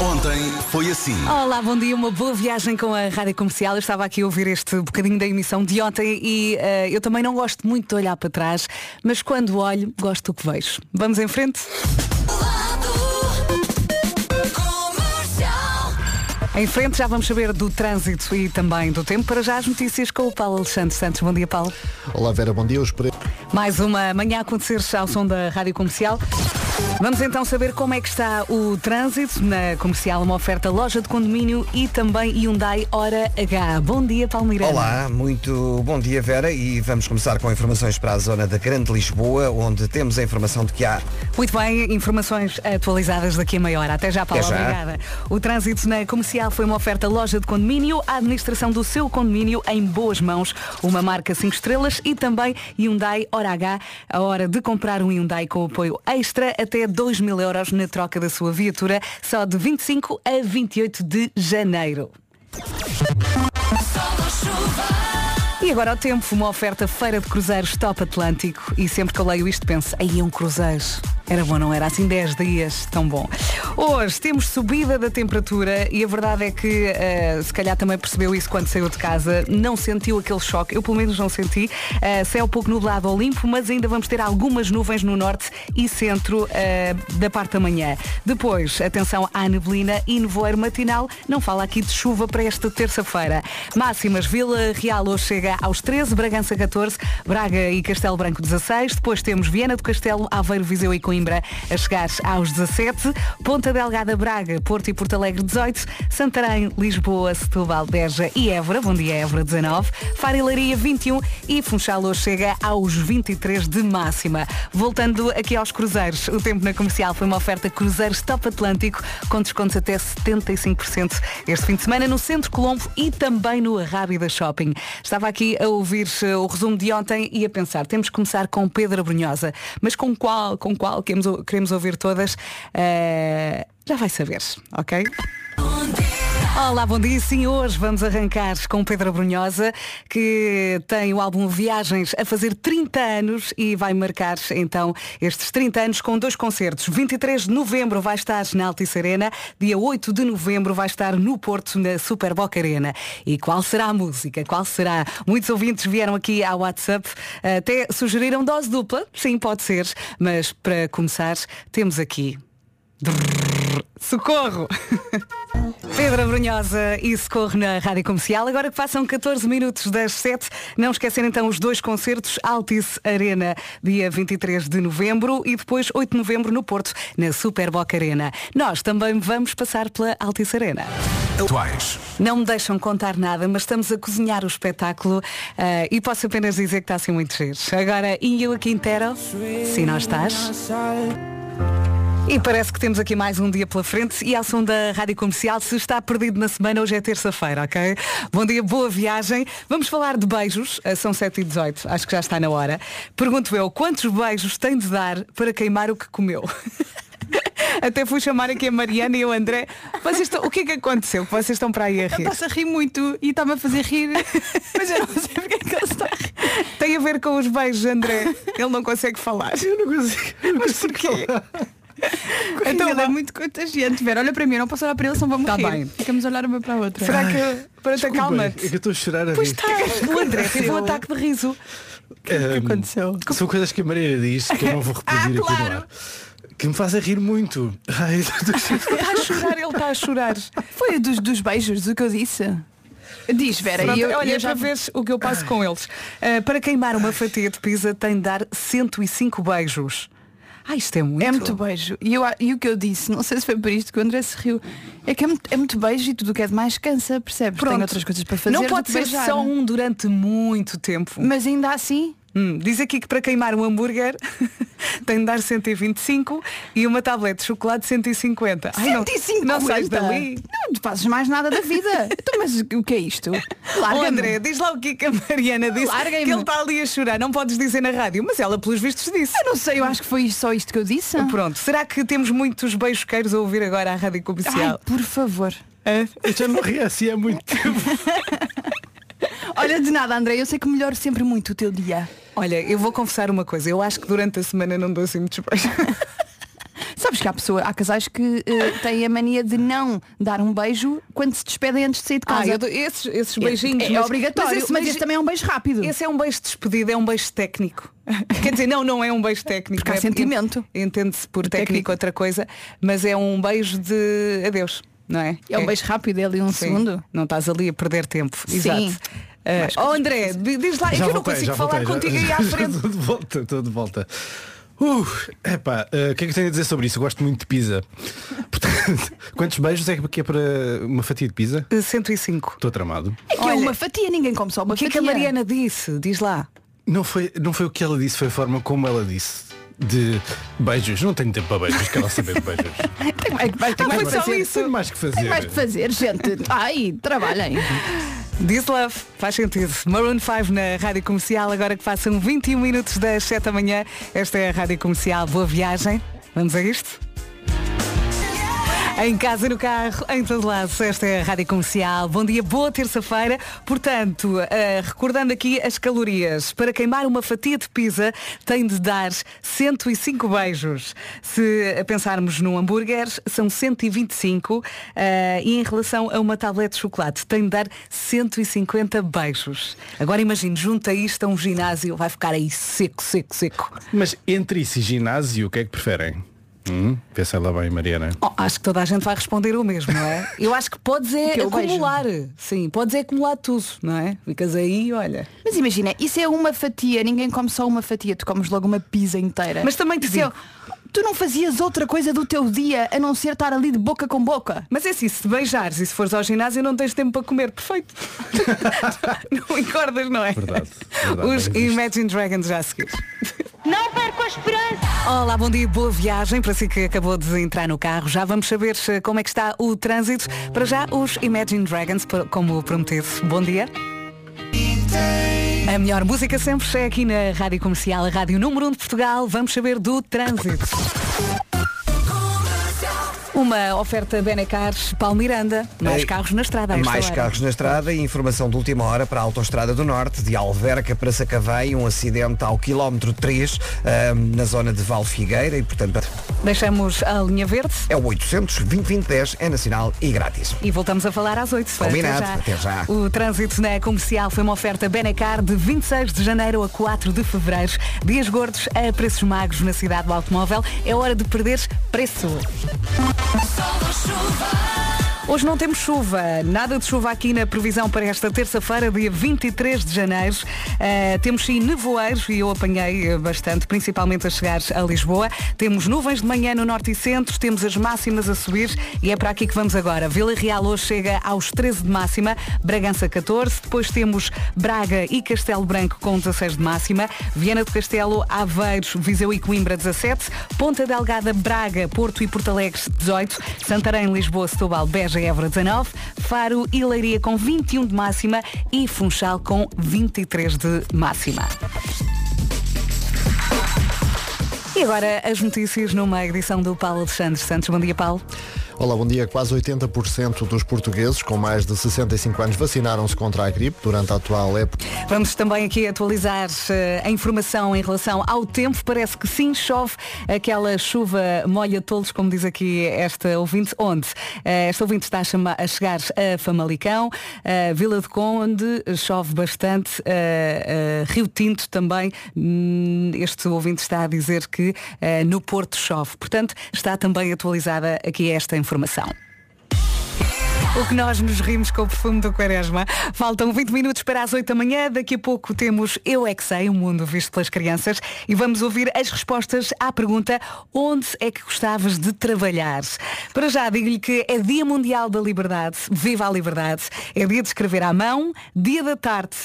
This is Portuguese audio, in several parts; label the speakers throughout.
Speaker 1: Ontem foi assim.
Speaker 2: Olá, bom dia, uma boa viagem com a Rádio Comercial. Eu estava aqui a ouvir este bocadinho da emissão de ontem e eh, eu também não gosto muito de olhar para trás, mas quando olho, gosto do que vejo. Vamos em frente? Em frente já vamos saber do trânsito e também do tempo. Para já as notícias com o Paulo Alexandre Santos. Bom dia, Paulo.
Speaker 3: Olá Vera, bom dia. Os pre...
Speaker 2: Mais uma manhã a acontecer ao som da Rádio Comercial. Vamos então saber como é que está o trânsito na comercial, uma oferta loja de condomínio e também Hyundai Hora H. Bom dia, Palmeirão.
Speaker 4: Olá, muito bom dia Vera e vamos começar com informações para a zona da Grande Lisboa, onde temos a informação de que há
Speaker 2: Muito bem, informações atualizadas daqui a meia hora. Até já, Paulo.
Speaker 4: Até já.
Speaker 2: Obrigada. O trânsito na comercial foi uma oferta loja de condomínio, a administração do seu condomínio em boas mãos, uma marca 5 estrelas e também Hyundai Hora H. A hora de comprar um Hyundai com apoio extra até 2 mil euros na troca da sua viatura, só de 25 a 28 de janeiro. E agora ao tempo, uma oferta feira de cruzeiros Top Atlântico e sempre que eu leio isto penso, aí é um cruzeiro. Era bom, não era? Assim 10 dias, tão bom. Hoje temos subida da temperatura e a verdade é que eh, se calhar também percebeu isso quando saiu de casa, não sentiu aquele choque, eu pelo menos não senti. Eh, céu pouco nublado ou limpo, mas ainda vamos ter algumas nuvens no norte e centro eh, da parte da manhã. Depois, atenção à neblina e nevoeiro matinal, não fala aqui de chuva para esta terça-feira. Máximas, Vila Real hoje chega aos 13, Bragança 14, Braga e Castelo Branco 16, depois temos Viana do Castelo, Aveiro, Viseu e Coimbra a chegar aos 17, Ponta Delgada, Braga, Porto e Porto Alegre 18, Santarém, Lisboa, Setúbal, Beja e Évora, bom dia Évora 19, Faro e Leiria 21 e Funchal hoje chega aos 23 de máxima. Voltando aqui aos cruzeiros, o tempo na comercial foi uma oferta Cruzeiros Top Atlântico com descontos até 75% este fim de semana no Centro Colombo e também no Arrábida Shopping. Estava aqui a ouvir eh, o resumo de ontem e a pensar, temos que começar com Pedro Brunhosa, mas com qual, com qual queremos, ou- queremos ouvir todas? Eh, já vai saber, ok? Olá, bom dia. Sim, hoje vamos arrancar com Pedro Brunhosa, que tem o álbum Viagens a fazer 30 anos e vai marcar então estes 30 anos com dois concertos. 23 de novembro vai estar na Altice Arena, dia 8 de novembro vai estar no Porto, na Super Boca Arena. E qual será a música? Qual será? Muitos ouvintes vieram aqui ao WhatsApp, até sugeriram dose dupla, sim, pode ser, mas para começar temos aqui. Socorro! Pedro Brunhosa e Socorro na Rádio Comercial. Agora que passam 14 minutos das 7, não esquecer então os dois concertos, Altice Arena, dia 23 de novembro e depois 8 de novembro no Porto, na Super Boca Arena. Nós também vamos passar pela Altice Arena.
Speaker 1: Atuais.
Speaker 2: Não me deixam contar nada, mas estamos a cozinhar o espetáculo eh, e posso apenas dizer que está assim muito giro. Agora, Inho Quintero, se não estás. E parece que temos aqui mais um dia pela frente e ao som da Rádio Comercial, se está perdido na semana, hoje é terça-feira, ok? Bom dia, boa viagem. Vamos falar de beijos, eh, são 7 e 18 acho que já está na hora. Pergunto eu, quantos beijos tem de dar para queimar o que comeu? Até fui chamar aqui a Mariana e o André. Vocês estão- o que é que aconteceu? Que vocês estão para aí a rir?
Speaker 5: Está-se a rir muito e está-me a fazer rir. Mas eu não sei porque é que ele está a rir.
Speaker 2: Tem a ver com os beijos, André. Ele não consegue falar.
Speaker 3: Eu não consigo. Eu não consigo
Speaker 5: porquê?
Speaker 3: falar.
Speaker 5: Então, ele
Speaker 2: vá.
Speaker 5: é muito contagiante, Vera. Olha para mim, eu não posso olhar para ele, senão vamos
Speaker 2: Tá
Speaker 5: rir.
Speaker 2: bem.
Speaker 5: Ficamos a olhar uma para a outra.
Speaker 2: Será que. Para te
Speaker 3: Desculpa,
Speaker 2: calma.
Speaker 3: É que eu estou a chorar a
Speaker 2: Pois
Speaker 3: rir.
Speaker 2: está. O André teve um ataque de riso.
Speaker 5: tá, que
Speaker 3: Ahm,
Speaker 5: aconteceu?
Speaker 3: São coisas que a Maria diz que eu não vou repetir aqui
Speaker 5: claro.
Speaker 3: no ar. Que me fazem rir muito. Ai, estou-
Speaker 2: Está a chorar, ele está a chorar.
Speaker 5: Foi a dos, dos beijos, o que eu disse. Diz, Vera,
Speaker 2: Pronto,
Speaker 5: e eu,
Speaker 2: olha,
Speaker 5: eu já
Speaker 2: para ver o que eu passo com eles. Ah, para queimar uma fatia de pizza tem de dar 105 beijos. Ah, isto é muito.
Speaker 5: É muito beijo. E, eu a- e o que eu disse, não sei se foi por isto que o André se riu, é que é muito, é muito beijo e tudo o que é demais cansa, percebes? Tem outras coisas para fazer.
Speaker 2: Não
Speaker 5: do
Speaker 2: pode
Speaker 5: que
Speaker 2: ser
Speaker 5: beijar. é?
Speaker 2: só um durante muito tempo.
Speaker 5: Mas ainda assim,
Speaker 2: Hum, diz aqui que para queimar um hambúrguer tem de dar 125 e uma tablete de chocolate 150. Ai, não-
Speaker 5: 150.
Speaker 2: Não, sais dali.
Speaker 5: Não fazes mais nada da vida. então, mas o que é isto?
Speaker 2: Ô,
Speaker 5: Larga-me.
Speaker 2: André, diz lá o que é que a Mariana disse.
Speaker 5: Larguem-me.
Speaker 2: Que ele está ali a chorar. Não podes dizer na rádio, mas ela pelos vistos disse.
Speaker 5: Eu não sei, eu acho que foi só isto que eu disse.
Speaker 2: Pronto, será que temos muitos beijoqueiros a ouvir agora à rádio
Speaker 5: Ai,
Speaker 2: comercial? Ah?
Speaker 5: por favor.
Speaker 2: Hã?
Speaker 3: eu já não ri assim há muito tempo.
Speaker 5: Olha, de nada, André, eu sei que melhora sempre muito o teu dia. Ah,
Speaker 2: Olha, eu vou confessar uma coisa. Eu acho que durante a semana não dou assim muitos beijos.
Speaker 5: Sabes que há, pessoa, há casais que eh, têm a mania de não dar um beijo quando se despedem antes de sair de
Speaker 2: Ah,
Speaker 5: casa.
Speaker 2: eu dou- esses, esses beijinhos.
Speaker 5: é
Speaker 2: mas-
Speaker 5: obrigatório,
Speaker 2: mas esse,
Speaker 5: mas
Speaker 2: beijo-
Speaker 5: esse também é um beijo rápido.
Speaker 2: Esse é um beijo de despedida, é um beijo técnico. Quer dizer, não, não é um beijo técnico.
Speaker 5: Porque há
Speaker 2: é-
Speaker 5: sentimento.
Speaker 2: Entende-se por técnico,
Speaker 5: técnico.
Speaker 2: outra coisa, mas é um beijo de adeus, não é?
Speaker 5: É um beijo rápido, é ali um
Speaker 2: Sim.
Speaker 5: segundo.
Speaker 2: Não estás ali a perder tempo.
Speaker 5: Sim.
Speaker 2: Exato. Ah, oh, André, di- diz lá, é que eu não consigo falar contigo aí à frente.
Speaker 3: Estou de volta, estou de volta. Uh, epá, eh, o que é que eu tenho a dizer sobre isso? Eu gosto muito de pizza. Portanto, quantos beijos é que é para uma fatia de pizza?
Speaker 2: Eh, 105.
Speaker 3: Estou tramado.
Speaker 5: É que é
Speaker 2: Olha,
Speaker 5: uma fatia, ninguém come só uma
Speaker 2: O que é que
Speaker 5: fatia.
Speaker 2: a Mariana disse? Diz lá.
Speaker 3: Não foi, não foi o que ela disse, foi a forma como ela disse. De beijos. Não tenho tempo para beijos, quero lá saber de beijos.
Speaker 5: Tem mais, mais, tem
Speaker 2: Ah,
Speaker 5: mais
Speaker 2: foi
Speaker 5: que
Speaker 2: só
Speaker 5: fazer.
Speaker 2: isso.
Speaker 3: Tenho mais que fazer.
Speaker 5: Tem mais de fazer, gente. Ai, trabalhem.
Speaker 2: This Love, faz sentido. Maroon 5 na Rádio Comercial, agora que passam 21 minutos das 7 da manhã. Esta é a Rádio Comercial. Boa viagem. Vamos a isto? Em casa, no carro, em todo lado, esta é a Rádio Comercial. Bom dia, boa terça-feira. Portanto, eh, recordando aqui as calorias, para queimar uma fatia de pizza tem de dar 105 beijos. Se pensarmos num hambúrguer, são 125 eh, e em relação a uma tablete de chocolate tem de dar 150 beijos. Agora imagine, junta isto a um ginásio, vai ficar aí seco, seco, seco.
Speaker 3: Mas entre isso e ginásio, o que é que preferem? Hum, pensa lá bem, Mariana.
Speaker 2: Oh, acho que toda a gente vai responder o mesmo, não é? Eu acho que podes é
Speaker 5: Que eu beijo.
Speaker 2: acumular. Sim, podes é acumular tudo, não é? Ficas aí, olha.
Speaker 5: Mas imagina, isso é uma fatia, ninguém come só uma fatia, tu comes logo uma pizza inteira.
Speaker 2: Mas também te
Speaker 5: Isso é-
Speaker 2: digo-
Speaker 5: Tu não fazias outra coisa do teu dia a não ser estar ali de boca com boca.
Speaker 2: Mas é assim, se te beijares e se fores ao ginásio não tens tempo para comer, perfeito. não engordas, não é?
Speaker 3: Verdade, verdade,
Speaker 2: Os
Speaker 3: bem visto.
Speaker 2: Imagine Dragons já a seguir.
Speaker 6: Não perco a esperança.
Speaker 2: Olá, bom dia, boa viagem para si que acabou de entrar no carro. Já vamos saber se- como é que está o trânsito. Para já, os Imagine Dragons, por- como prometido. Bom dia. A melhor música sempre é aqui na Rádio Comercial, a Rádio Número 1 de Portugal. Vamos saber do trânsito. Uma oferta Benecars, Paulo Miranda. Mais
Speaker 4: Ei,
Speaker 2: carros na estrada. a esta
Speaker 4: Eh, Mais
Speaker 2: hora.
Speaker 4: carros na estrada e informação de última hora para a Autostrada do Norte, de Alverca para Sacavém, um acidente ao quilómetro 3, na zona de Val Figueira e, portanto,
Speaker 2: Deixamos a linha verde
Speaker 4: é o 800 2010 é nacional e grátis.
Speaker 2: e voltamos a falar às 8.
Speaker 4: Combinado, até já.
Speaker 2: O trânsito na comercial foi uma oferta Benacar de 26 de janeiro a 4 de fevereiro. Dias gordos a preços magros na cidade do automóvel. É hora de perder preço. Hoje não temos chuva, nada de chuva aqui na previsão para esta terça-feira, dia 23 de janeiro. Eh, temos sim nevoeiros e eu apanhei eh, bastante, principalmente a chegar a Lisboa. Temos nuvens de manhã no norte e centro, temos as máximas a subir e é para aqui que vamos agora. Vila Real hoje chega aos 13 de máxima, Bragança 14, depois temos Braga e Castelo Branco com 16 de máxima, Viana do Castelo, Aveiros, Viseu e Coimbra 17, Ponta Delgada, Braga, Porto e Porto Alegre 18, Santarém, Lisboa, Setúbal, Beja e Évora 19, Faro e Leiria com 21 de máxima e Funchal com 23 de máxima. E agora as notícias numa edição do Paulo Alexandre Santos. Bom dia, Paulo.
Speaker 7: Olá, bom dia. Quase 80% dos portugueses com mais de 65 anos vacinaram-se contra a gripe durante a atual época.
Speaker 2: Vamos também aqui atualizar eh, a informação em relação ao tempo. Parece que sim, chove. Aquela chuva molha todos, como diz aqui esta ouvinte. Onde? Eh, esta ouvinte está a, chama- a chegar a Famalicão, eh, Vila de Conde, chove bastante. eh, eh, Rio Tinto também. Hum, Este ouvinte está a dizer que eh, no Porto chove. Portanto, está também atualizada aqui esta informação. O que nós nos rimos com o perfume do Quaresma. Faltam 20 minutos para as 8 da manhã. Daqui a pouco temos Eu É Que Sei, o mundo visto pelas crianças. E vamos ouvir as respostas à pergunta Onde é que gostavas de trabalhar? Para já, digo-lhe que é Dia Mundial da Liberdade. Viva a liberdade. É dia de escrever à mão, dia da tarde,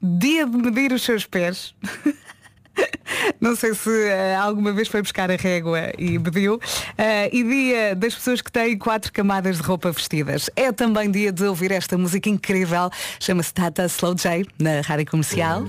Speaker 2: dia de medir os seus pés. Não sei se eh, alguma vez foi buscar a régua e mediu. Eh, e dia das pessoas que têm quatro camadas de roupa vestidas. É também dia de ouvir esta música incrível. Chama-se Tata Slow J, na rádio comercial.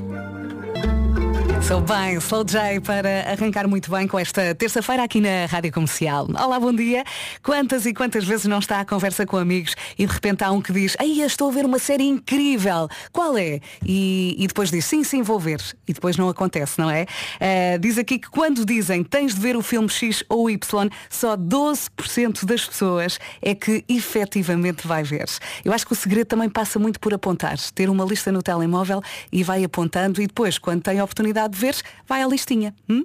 Speaker 2: Começou bem, Slow J para arrancar muito bem com esta terça-feira aqui na Rádio Comercial. Olá, bom dia. Quantas e quantas vezes não está à conversa com amigos e de repente há um que diz, ai, eu estou a ver uma série incrível. Qual é? E, e depois diz, sim, sim, vou ver. E depois não acontece, não é? Ah, diz aqui que quando dizem tens de ver o filme X ou Y, só 12% das pessoas é que efetivamente vai ver. Eu acho que o segredo também passa muito por apontar, ter uma lista no telemóvel e vai apontando e depois, quando tem a oportunidade de ver, vai à listinha. hum?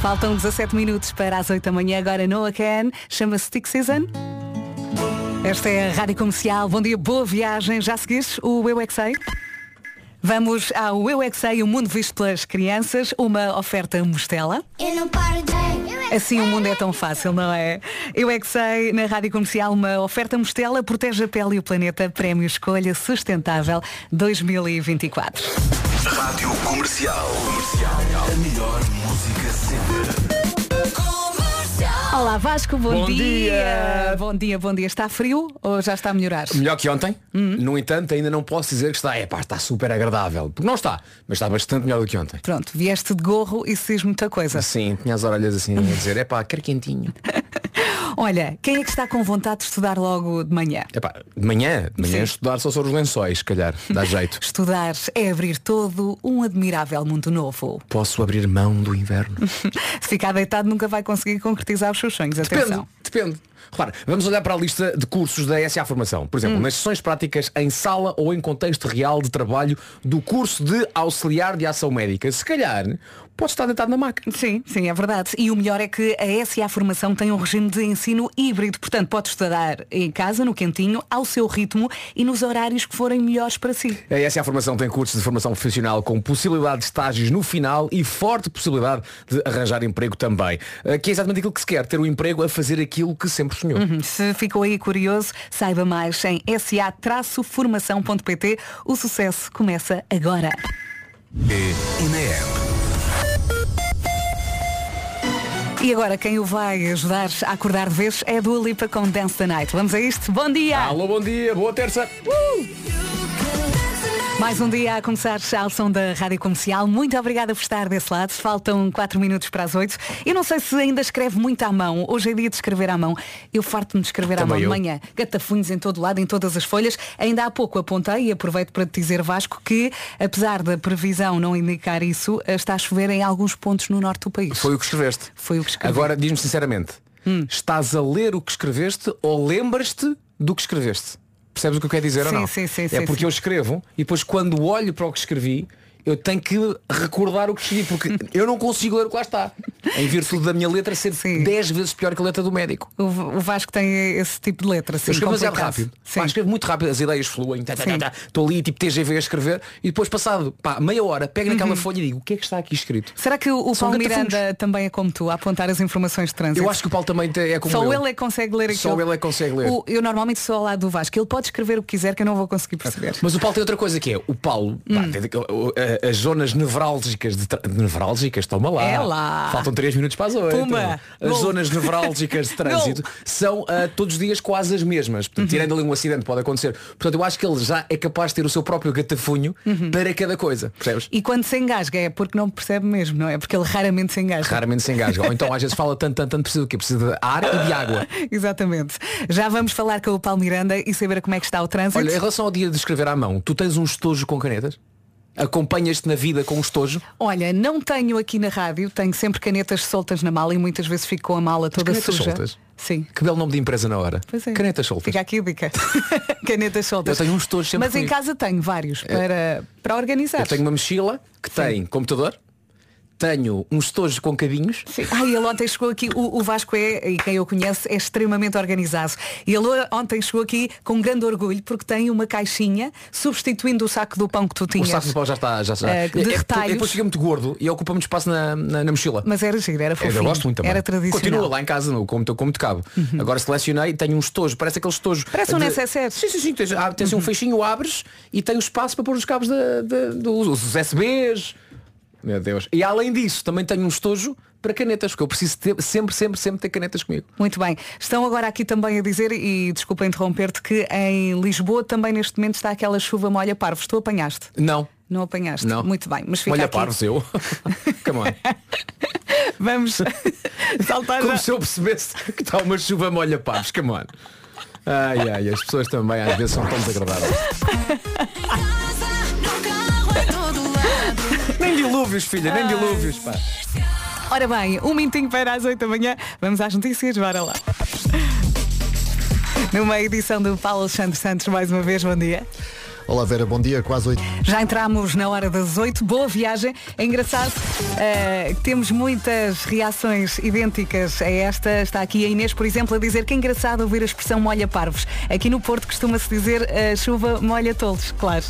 Speaker 2: Faltam 17 minutos para as 8 da manhã, agora Noah Can, chama-se Tick Season. Esta é a Rádio Comercial. Bom dia, boa viagem. Já seguiste o Eu É Que Sei? Vamos ao Eu É Que Sei, o mundo visto pelas crianças, uma oferta mostela.
Speaker 6: Eu não paro de.
Speaker 2: Assim o mundo é tão fácil, não é? Eu é que sei, na Rádio Comercial, uma oferta mostela protege a pele e o planeta. Prémio Escolha Sustentável 2024.
Speaker 1: Rádio Comercial. Comercial. A melhor música sempre.
Speaker 6: é
Speaker 2: Olá Vasco, bom,
Speaker 8: Bom dia.
Speaker 2: Bom dia, bom dia. Está frio ou já está a melhorar?
Speaker 8: Melhor que ontem. No entanto, ainda não posso dizer que está. É pá, está super agradável. Porque não está, mas está bastante melhor do que ontem.
Speaker 2: Pronto, vieste de gorro e se diz muita coisa.
Speaker 8: Assim, tinha as orelhas assim a dizer, é pá, quer quentinho.
Speaker 2: Olha, quem é que está com vontade de estudar logo de manhã?
Speaker 8: É pá, de manhã, de manhã
Speaker 2: Sim.
Speaker 8: estudar só sobre os lençóis, se calhar, dá jeito.
Speaker 2: Estudar é abrir todo um admirável mundo novo.
Speaker 8: Posso abrir mão do inverno?
Speaker 2: Se ficar deitado nunca vai conseguir concretizar os seus sonhos, atenção.
Speaker 8: depende. Claro, vamos olhar para a lista de cursos da SA Formação. Por
Speaker 2: Hum.
Speaker 8: exemplo, nas sessões práticas em sala ou em contexto real de trabalho do curso de auxiliar de ação médica. Se calhar, pode estar deitado na maca.
Speaker 2: Sim, sim, é verdade. E o melhor é que a SA Formação tem um regime de ensino híbrido, portanto pode estudar em casa, no cantinho, ao seu ritmo e nos horários que forem melhores para si.
Speaker 8: É, A SA Formação tem cursos de formação profissional com possibilidade de estágios no final e forte possibilidade de arranjar emprego também. Eh, Que é exatamente aquilo que se quer, ter um emprego a fazer aquilo que sempre sonhou.
Speaker 2: Uhum. Se ficou aí curioso, saiba mais em sa-formação.pt. O sucesso começa agora.
Speaker 1: E na app.
Speaker 2: E agora quem o vai ajudar a acordar de vez é a Dua Lipa com Dance the Night. Vamos a isto? Bom dia!
Speaker 8: Alô, bom dia, boa terça.
Speaker 2: Mais um dia a começar ao som da Rádio Comercial. Muito obrigada por estar desse lado. Faltam 4 minutos para as 8. Eu não sei se ainda escreve muito à mão. Hoje é dia de escrever à mão. Eu farto-me de escrever à
Speaker 8: Também
Speaker 2: mão de
Speaker 8: eu.
Speaker 2: manhã. Gatafunhos em todo lado, em todas as folhas. Ainda há pouco apontei e aproveito para te dizer, Vasco, que apesar da previsão não indicar isso, eh, está a chover em alguns pontos no norte do país.
Speaker 8: Foi o que escreveste.
Speaker 2: Foi o que escrevi. Hum.
Speaker 8: Agora, diz-me sinceramente, estás a ler o que escreveste ou lembras-te do que escreveste? Percebes o que eu quero dizer
Speaker 2: Sim,
Speaker 8: ou não?
Speaker 2: sim, sim,
Speaker 8: é
Speaker 2: sim,
Speaker 8: porque
Speaker 2: sim.
Speaker 8: eu escrevo e depois quando olho para o que escrevi, eu tenho que recordar o que escrevi, porque eu não consigo ler o que lá está. Em virtude da minha letra ser
Speaker 2: Sim.
Speaker 8: 10 vezes pior que a letra do médico.
Speaker 2: O o Vasco tem esse tipo de letra. Sim,
Speaker 8: eu escrevo demasiado
Speaker 2: complicado.
Speaker 8: rápido.
Speaker 2: Sim.
Speaker 8: Pá, escrevo muito rápido, as ideias fluem. tá, tá, tá,
Speaker 2: Sim.
Speaker 8: tá. Estou ali tipo TGV a escrever e depois passado pá, meia hora pego naquela
Speaker 2: Uhum.
Speaker 8: folha e digo o que é que está aqui escrito.
Speaker 2: Será que o, o
Speaker 8: São
Speaker 2: Paulo
Speaker 8: gatafunhos.
Speaker 2: Miranda também é como tu, a apontar as informações de trânsito?
Speaker 8: Eu acho que o Paulo também te- é como
Speaker 2: Só
Speaker 8: eu.
Speaker 2: ele é que consegue ler aquilo.
Speaker 8: Só ele é que consegue ler.
Speaker 2: O- eu normalmente sou ao lado do Vasco. Ele pode escrever o que quiser que eu não vou conseguir perceber.
Speaker 8: Mas o Paulo tem outra coisa que é o Paulo, pá,
Speaker 2: Hum.
Speaker 8: tem de- o- a- as zonas nevrálgicas de tra... nevrálgicas, toma lá.
Speaker 2: É lá.
Speaker 8: Faltam 3 minutos para as 8.
Speaker 2: Pumba.
Speaker 8: As
Speaker 2: Gol.
Speaker 8: zonas nevrálgicas de trânsito
Speaker 2: Gol. Uhum.
Speaker 8: são ah, todos os dias quase as mesmas. Portanto, tirando ali um acidente pode acontecer. Portanto, eu acho que ele já é capaz de ter o seu próprio gatafunho para cada coisa. Percebes?
Speaker 2: Uhum. E quando se engasga é porque não percebe mesmo, não é? Porque ele raramente se engasga.
Speaker 8: Raramente se engasga. Ou então às vezes fala tanto, tanto, tanto, precisa do quê? Precisa de ar e de água.
Speaker 2: Exatamente. Já vamos falar com o Paulo Miranda e saber como é que está o trânsito.
Speaker 8: Olha, em relação ao dia de escrever à mão, tu tens um estojo com canetas? Acompanhas-te na vida com um estojo?
Speaker 2: Olha, não tenho aqui na rádio, tenho sempre canetas soltas na mala e muitas vezes fico com a mala toda
Speaker 8: canetas
Speaker 2: suja.
Speaker 8: soltas?
Speaker 2: Sim.
Speaker 8: Que belo nome de empresa na hora.
Speaker 2: Pois é.
Speaker 8: Canetas soltas.
Speaker 2: Fica aqui a dica. canetas soltas.
Speaker 8: Eu tenho uns todos sempre
Speaker 2: Mas em
Speaker 8: comigo. É.
Speaker 2: casa tenho vários para, para organizar.
Speaker 8: Eu tenho uma mochila que tem computador, tenho um estojo com cabinhos.
Speaker 2: Sim. Ai, ele ontem chegou aqui, o, o Vasco é, e quem eu conheço, é extremamente organizado. E ele ontem chegou aqui com grande orgulho porque tem uma caixinha substituindo o saco do pão que tu
Speaker 8: O
Speaker 2: tinhas.
Speaker 8: saco de pão já está. Já está.
Speaker 2: Eh, é. de
Speaker 8: é, é-
Speaker 2: retalhos.
Speaker 8: depois fica muito gordo e ocupa muito espaço na, na, na mochila.
Speaker 2: Mas era giro, era fofinho.
Speaker 8: eu gosto muito também.
Speaker 2: Era tradicional. Uhum.
Speaker 8: Continua lá em casa, no, como, como te cabo. Agora selecionei, tenho um estojo, parece aquele estojo.
Speaker 2: Parece um necessaire. Uhum.
Speaker 8: Sim, sim, sim. Tens, ah, tens um feixinho, abres e tem o espaço para pôr os cabos da, da- dos os SBs. Meu Deus. E além disso, também tenho um estojo para canetas, porque eu preciso ter- sempre, sempre, sempre ter canetas comigo.
Speaker 2: Muito bem. Estão agora aqui também a dizer, e desculpa interromper-te, que em Lisboa também neste momento está aquela chuva molha parvo. Tu apanhaste?
Speaker 8: Não.
Speaker 2: Não apanhaste?
Speaker 8: Não.
Speaker 2: Muito bem, mas fica
Speaker 8: Olha
Speaker 2: aqui.
Speaker 8: parvos eu. Come on.
Speaker 2: Vamos saltar já.
Speaker 8: Como se eu percebesse que está uma chuva molha parvos. Come on. Ai, ai, as pessoas também às vezes são tão desagradáveis. Nem dilúvios, filha, nem dilúvios, pá.
Speaker 2: Ora bem, um minutinho para as 8 da manhã. Vamos às notícias, bora lá. Numa edição do Paulo Alexandre Santos, mais uma vez, bom dia.
Speaker 7: Olá Vera, bom dia, quase 8.
Speaker 2: Já entramos na hora das 8, boa viagem. É engraçado, eh, temos muitas reações idênticas a esta. Está aqui a Inês, por exemplo, a dizer que é engraçado ouvir a expressão molha parvos. Aqui no Porto costuma-se dizer eh, chuva molha tolos, claro.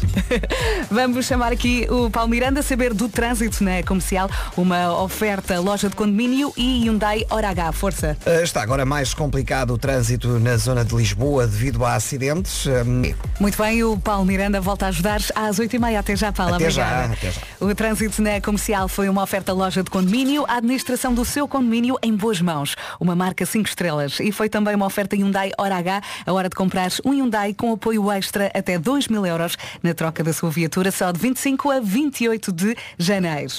Speaker 2: Vamos chamar aqui o Paulo Miranda, saber do trânsito na comercial, uma oferta loja de condomínio e Hyundai Hora H. Força.
Speaker 4: Uh, Está agora mais complicado o trânsito na zona de Lisboa devido a acidentes. Um,
Speaker 2: Muito bem, o Paulo Miranda volta a ajudar às 8h30. Até já, Paulo.
Speaker 4: Até já,
Speaker 2: Obrigada.
Speaker 4: até já.
Speaker 2: O trânsito na comercial foi uma oferta loja de condomínio, a administração do seu condomínio em boas mãos. Uma marca 5 estrelas. E foi também uma oferta Hyundai Hora H, a hora de comprar um Hyundai com apoio extra até 2 mil euros na troca da sua viatura, só de 25 a 28 de janeiro.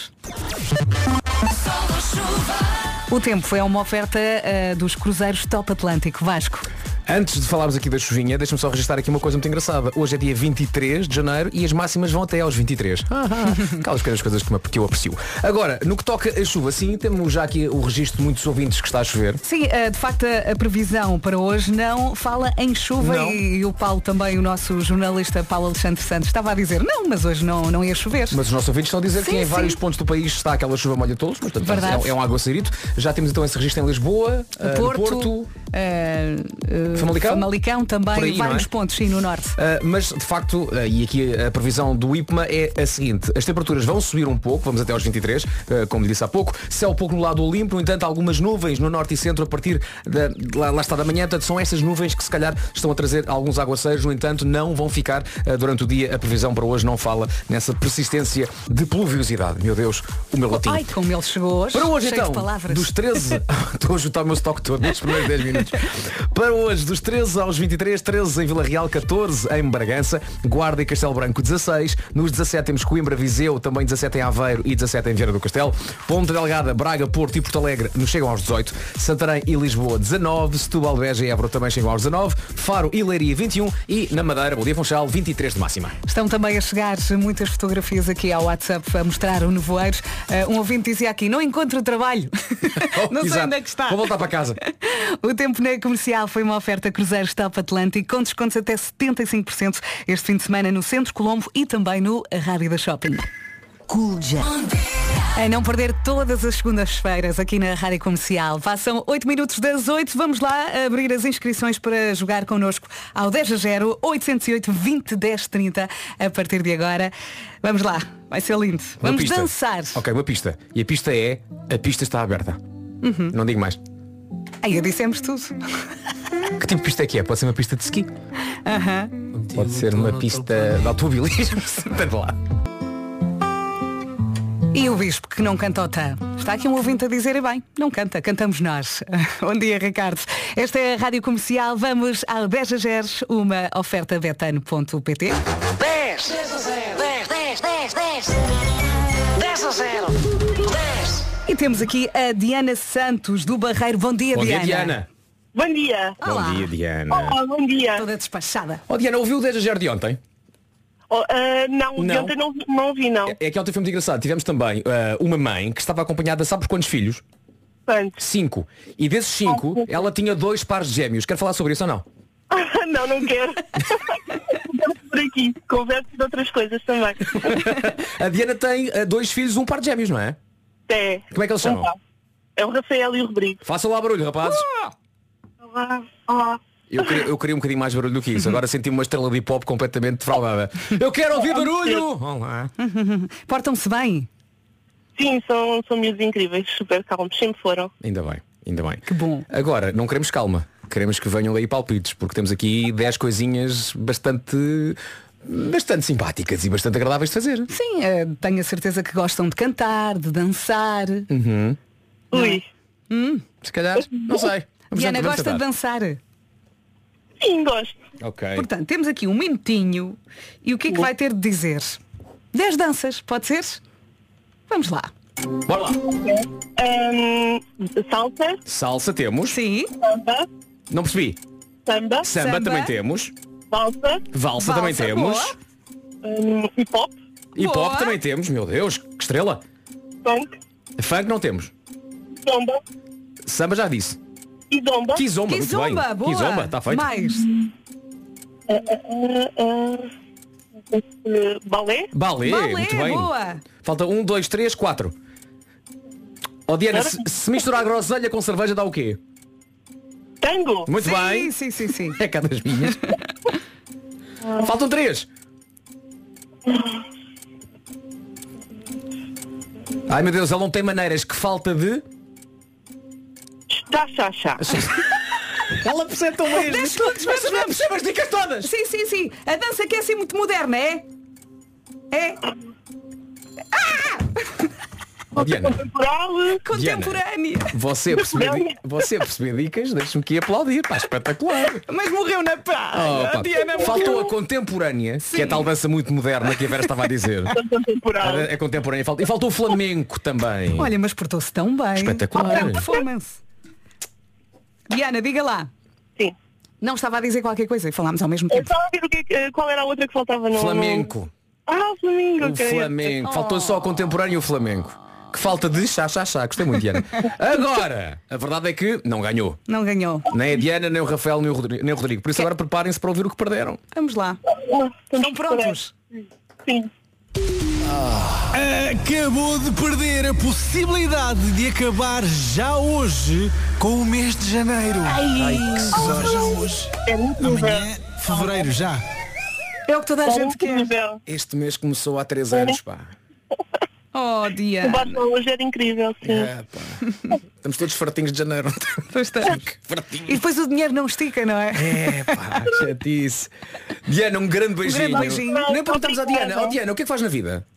Speaker 2: O tempo foi uma oferta eh, dos cruzeiros Top Atlântico Vasco.
Speaker 8: Antes de falarmos aqui da chuvinha, deixa-me só registrar aqui uma coisa muito engraçada. Hoje é dia 23 de janeiro e as máximas vão até aos 23. Aquelas pequenas coisas que, me, que eu aprecio. Agora, no que toca a chuva, sim, temos já aqui o registro de muitos ouvintes que está a chover.
Speaker 2: Sim, eh, de facto a a previsão para hoje não fala em chuva
Speaker 8: Não.
Speaker 2: E, e o Paulo também, o nosso jornalista Paulo Alexandre Santos, estava a dizer não, mas hoje não, não ia chover.
Speaker 8: Mas os nossos ouvintes estão a dizer que
Speaker 2: Sim,
Speaker 8: em
Speaker 2: sim.
Speaker 8: vários pontos do país está aquela chuva molha todos, mas portanto,
Speaker 2: Verdade.
Speaker 8: é, é um aguaceirito. Já temos então esse registro em Lisboa, eh, no
Speaker 2: Porto,
Speaker 8: Porto
Speaker 2: eh, eh,
Speaker 8: Famalicão?
Speaker 2: também,
Speaker 8: Por aí, não
Speaker 2: vários
Speaker 8: é?
Speaker 2: pontos, sim, no norte.
Speaker 8: Uh, mas de facto, uh, e aqui a previsão do IPMA é a seguinte, as temperaturas vão subir um pouco, vamos até aos 23, uh, como lhe disse há pouco, céu pouco no lado do Olimpo, no entanto algumas nuvens no norte e centro a partir da, de lá, lá está da manhã, portanto são essas nuvens que se calhar estão a trazer alguns aguaceiros, no entanto não vão ficar uh, durante o dia, a previsão para hoje não fala nessa persistência de pluviosidade. Meu Deus, o meu latim.
Speaker 2: Ai, como ele chegou hoje,
Speaker 8: Para hoje
Speaker 2: cheio
Speaker 8: então,
Speaker 2: de palavras.
Speaker 8: dos 13 Estou a juntar o meu estoque todo nos primeiros 10 minutos Para hoje, dos 13 aos 23 13 em Vila Real, 14 em Bragança Guarda e Castelo Branco, 16 Nos 17 temos Coimbra, Viseu Também 17 em Aveiro e 17 em Vieira do Castelo Ponte Delgada, Braga, Porto e Porto Alegre Nos chegam aos 18 Santarém e Lisboa, 19 Setúbal, Beja e Évora também chegam aos 19 Faro e Leiria, 21 E na Madeira, Bolívia Funchal, 23 de máxima
Speaker 2: Estão também a chegar muitas fotografias aqui ao WhatsApp a mostrar o nevoeiro. Eh, um ouvinte dizia aqui, não encontro trabalho. não sei
Speaker 8: Oh, Exato.
Speaker 2: onde é que está.
Speaker 8: Vou voltar para casa
Speaker 2: O tempo na comercial foi uma oferta Cruzeiros Top Atlântico com descontos até 75% este fim de semana no Centro Colombo e também no Rádio da Shopping. Cool A não perder todas as segundas-feiras aqui na Rádio Comercial. Passam 8 minutos das 8. Vamos lá abrir as inscrições para jogar connosco ao 10 a 0 808 20 10 30 a partir de agora. Vamos lá, vai ser lindo.
Speaker 8: Uma
Speaker 2: Vamos
Speaker 8: pista.
Speaker 2: dançar.
Speaker 8: Ok, uma pista. E a pista é. A pista está aberta.
Speaker 2: Uhum.
Speaker 8: Não digo mais.
Speaker 2: Aí dissemos tudo.
Speaker 8: Que tipo de pista é que é? Pode ser uma pista de ski? Pode ser uma pista de automobilismo? Tanto lá.
Speaker 2: E o Bispo, que não canta o TAM. Está aqui um ouvinte a dizer, e bem, não canta, cantamos nós. Bom dia, Ricardo. Esta é a Rádio Comercial. Vamos ao 10 a 0, uma oferta betano.pt.
Speaker 9: 10 10 10 10 10 10 a 0 10
Speaker 2: E temos aqui a Diana Santos, do Barreiro. Bom dia,
Speaker 8: Bom dia,
Speaker 2: É Diana.
Speaker 8: Diana.
Speaker 10: Bom dia.
Speaker 2: Olá.
Speaker 8: Bom dia, Diana.
Speaker 10: Olá, bom dia.
Speaker 2: Toda despachada.
Speaker 8: Oh, Diana, ouviu o 10 a 0 de ontem?
Speaker 10: Oh, ah, não, de
Speaker 8: Não.
Speaker 10: ontem não, vi- não ouvi, não.
Speaker 8: É que ontem foi muito engraçado. Tivemos também ah, uma mãe que estava acompanhada, sabe por quantos filhos?
Speaker 10: Portanto,
Speaker 8: Cinco. E desses cinco, ela tinha dois pares de gêmeos. Quer falar sobre isso ou não?
Speaker 10: não, não quero. Estamos por aqui. Converso de outras coisas também.
Speaker 8: A Diana tem ah, dois filhos, um par de gêmeos, não é?
Speaker 10: É.
Speaker 8: Como é que eles chamam?
Speaker 10: Então, É o Rafael e o Rodrigo.
Speaker 8: Façam lá barulho, rapazes.
Speaker 10: Olá, olá.
Speaker 8: Eu queria, eu queria um bocadinho mais barulho do que isso. Agora senti uma estrela de hip hop completamente defraudada. Eu quero ouvir barulho! Olá.
Speaker 2: Portam-se bem?
Speaker 10: Sim, são, são miúdos incríveis, super calmos, sempre foram.
Speaker 8: Ainda bem, ainda bem.
Speaker 2: Que bom.
Speaker 8: Agora, não queremos calma. Queremos que venham daí palpites, porque temos aqui 10 coisinhas bastante. Bastante simpáticas e bastante agradáveis de fazer.
Speaker 2: Sim, eh, tenho a certeza que gostam de cantar, de dançar.
Speaker 8: Hum,
Speaker 10: Ui.
Speaker 8: Se calhar, não sei. Vamos
Speaker 2: é? Diana
Speaker 8: vamos
Speaker 2: gosta de
Speaker 8: tentar.
Speaker 2: dançar.
Speaker 10: Sim, gosto.
Speaker 8: Ok.
Speaker 2: Portanto, temos aqui um minutinho e o que é que vai ter de dizer? 10 danças, pode ser? Vamos lá.
Speaker 8: Bora lá.
Speaker 10: Ahm, Hum, salsa,
Speaker 8: Salsa temos.
Speaker 2: Sim.
Speaker 10: samba,
Speaker 8: Não percebi.
Speaker 10: samba,
Speaker 8: Samba, também temos.
Speaker 10: valsa, Hum,
Speaker 8: Valsa, também
Speaker 2: Valsa,
Speaker 8: temos.
Speaker 2: boa.
Speaker 10: ahm, hip hop,
Speaker 8: Hip hop
Speaker 2: Boa.
Speaker 8: também temos. Meu Deus, que estrela.
Speaker 10: funk,
Speaker 8: Funk não temos.
Speaker 10: zomba,
Speaker 8: Samba já disse.
Speaker 10: kizomba,
Speaker 8: Kizomba, muito
Speaker 2: Kizomba,
Speaker 8: bem.
Speaker 2: boa.
Speaker 8: Kizomba, está feito.
Speaker 2: Mais.
Speaker 10: ah, ah, balé,
Speaker 8: Balé,
Speaker 2: Balé,
Speaker 8: É, muito bem.
Speaker 2: boa.
Speaker 8: Falta um, dois, três, quatro. Oh Diana, se, se misturar groselha com cerveja dá o quê?
Speaker 10: tango,
Speaker 8: Muito bem.
Speaker 2: Sim, sim, sim, sim.
Speaker 8: É cá das minhas. Faltam três. Ai meu Deus, ele não tem maneiras. Que falta de.
Speaker 10: chá, chá, chá.
Speaker 8: Ela um percebe tão bem.
Speaker 2: Dez segundos, vamos,
Speaker 8: não
Speaker 2: vamos.
Speaker 8: percebe as dicas todas.
Speaker 2: Sim, sim, sim. A dança que é assim muito moderna, é? É
Speaker 8: Oh, Diana,
Speaker 10: Temporal,
Speaker 2: contemporânea.
Speaker 8: você percebeu, você percebeu dicas, deixa-me aqui aplaudir. Pá, espetacular.
Speaker 2: Mas morreu na
Speaker 8: Oh,
Speaker 2: praia.
Speaker 8: pá,
Speaker 2: Diana é
Speaker 8: faltou a
Speaker 2: morreu.
Speaker 8: contemporânea, que é a tal dança muito moderna que a Vera estava a dizer.
Speaker 10: contemporal.
Speaker 8: É contemporânea. Falta- E faltou o flamenco também.
Speaker 2: Olha, mas portou-se tão bem.
Speaker 8: Espetacular.
Speaker 2: Uma performance. Diana, diga lá.
Speaker 10: Sim.
Speaker 2: Não estava a dizer qualquer coisa e falámos ao mesmo
Speaker 10: Eu
Speaker 2: tempo.
Speaker 10: estava a ver o que, é que- eh, qual era a outra que faltava no.
Speaker 8: Flamenco.
Speaker 10: Ah, o Flamengo,
Speaker 8: O
Speaker 10: ok. Oh.
Speaker 8: Flamengo. Faltou só o contemporâneo e o Flamengo. Que falta de chá, chá, chá. Gostei muito, Diana. Agora, a verdade é que não ganhou.
Speaker 2: Não ganhou.
Speaker 8: Nem a Diana, nem o Rafael, nem o Rodrigo. Nem o Rodrigo. Por isso agora preparem-se para ouvir o que perderam.
Speaker 2: Vamos lá.
Speaker 10: Ah, estamos
Speaker 2: Estão prontos?
Speaker 10: Sim.
Speaker 11: Acabou de perder a possibilidade de acabar já hoje com o mês de janeiro. Ai, que sorte. Já hoje.
Speaker 10: É muito
Speaker 11: Amanhã, fevereiro já.
Speaker 2: É o que toda a gente
Speaker 10: incrível. É
Speaker 2: quer.
Speaker 10: incrível.
Speaker 8: Este mês começou há três anos, pá.
Speaker 2: Oh,
Speaker 10: O
Speaker 2: Diana.
Speaker 10: Batman hoje era incrível, sim.
Speaker 8: É, pá. Estamos todos fartinhos de janeiro.
Speaker 2: Pois estamos.
Speaker 8: Fartinhos.
Speaker 2: E depois o dinheiro não estica, não é?
Speaker 8: É, pá, chatice. Diana, um grande beijinho.
Speaker 2: beijinho.
Speaker 8: Nem perguntamos à Diana.
Speaker 10: Obrigada.
Speaker 8: Oh, Diana, o que é que faz na vida?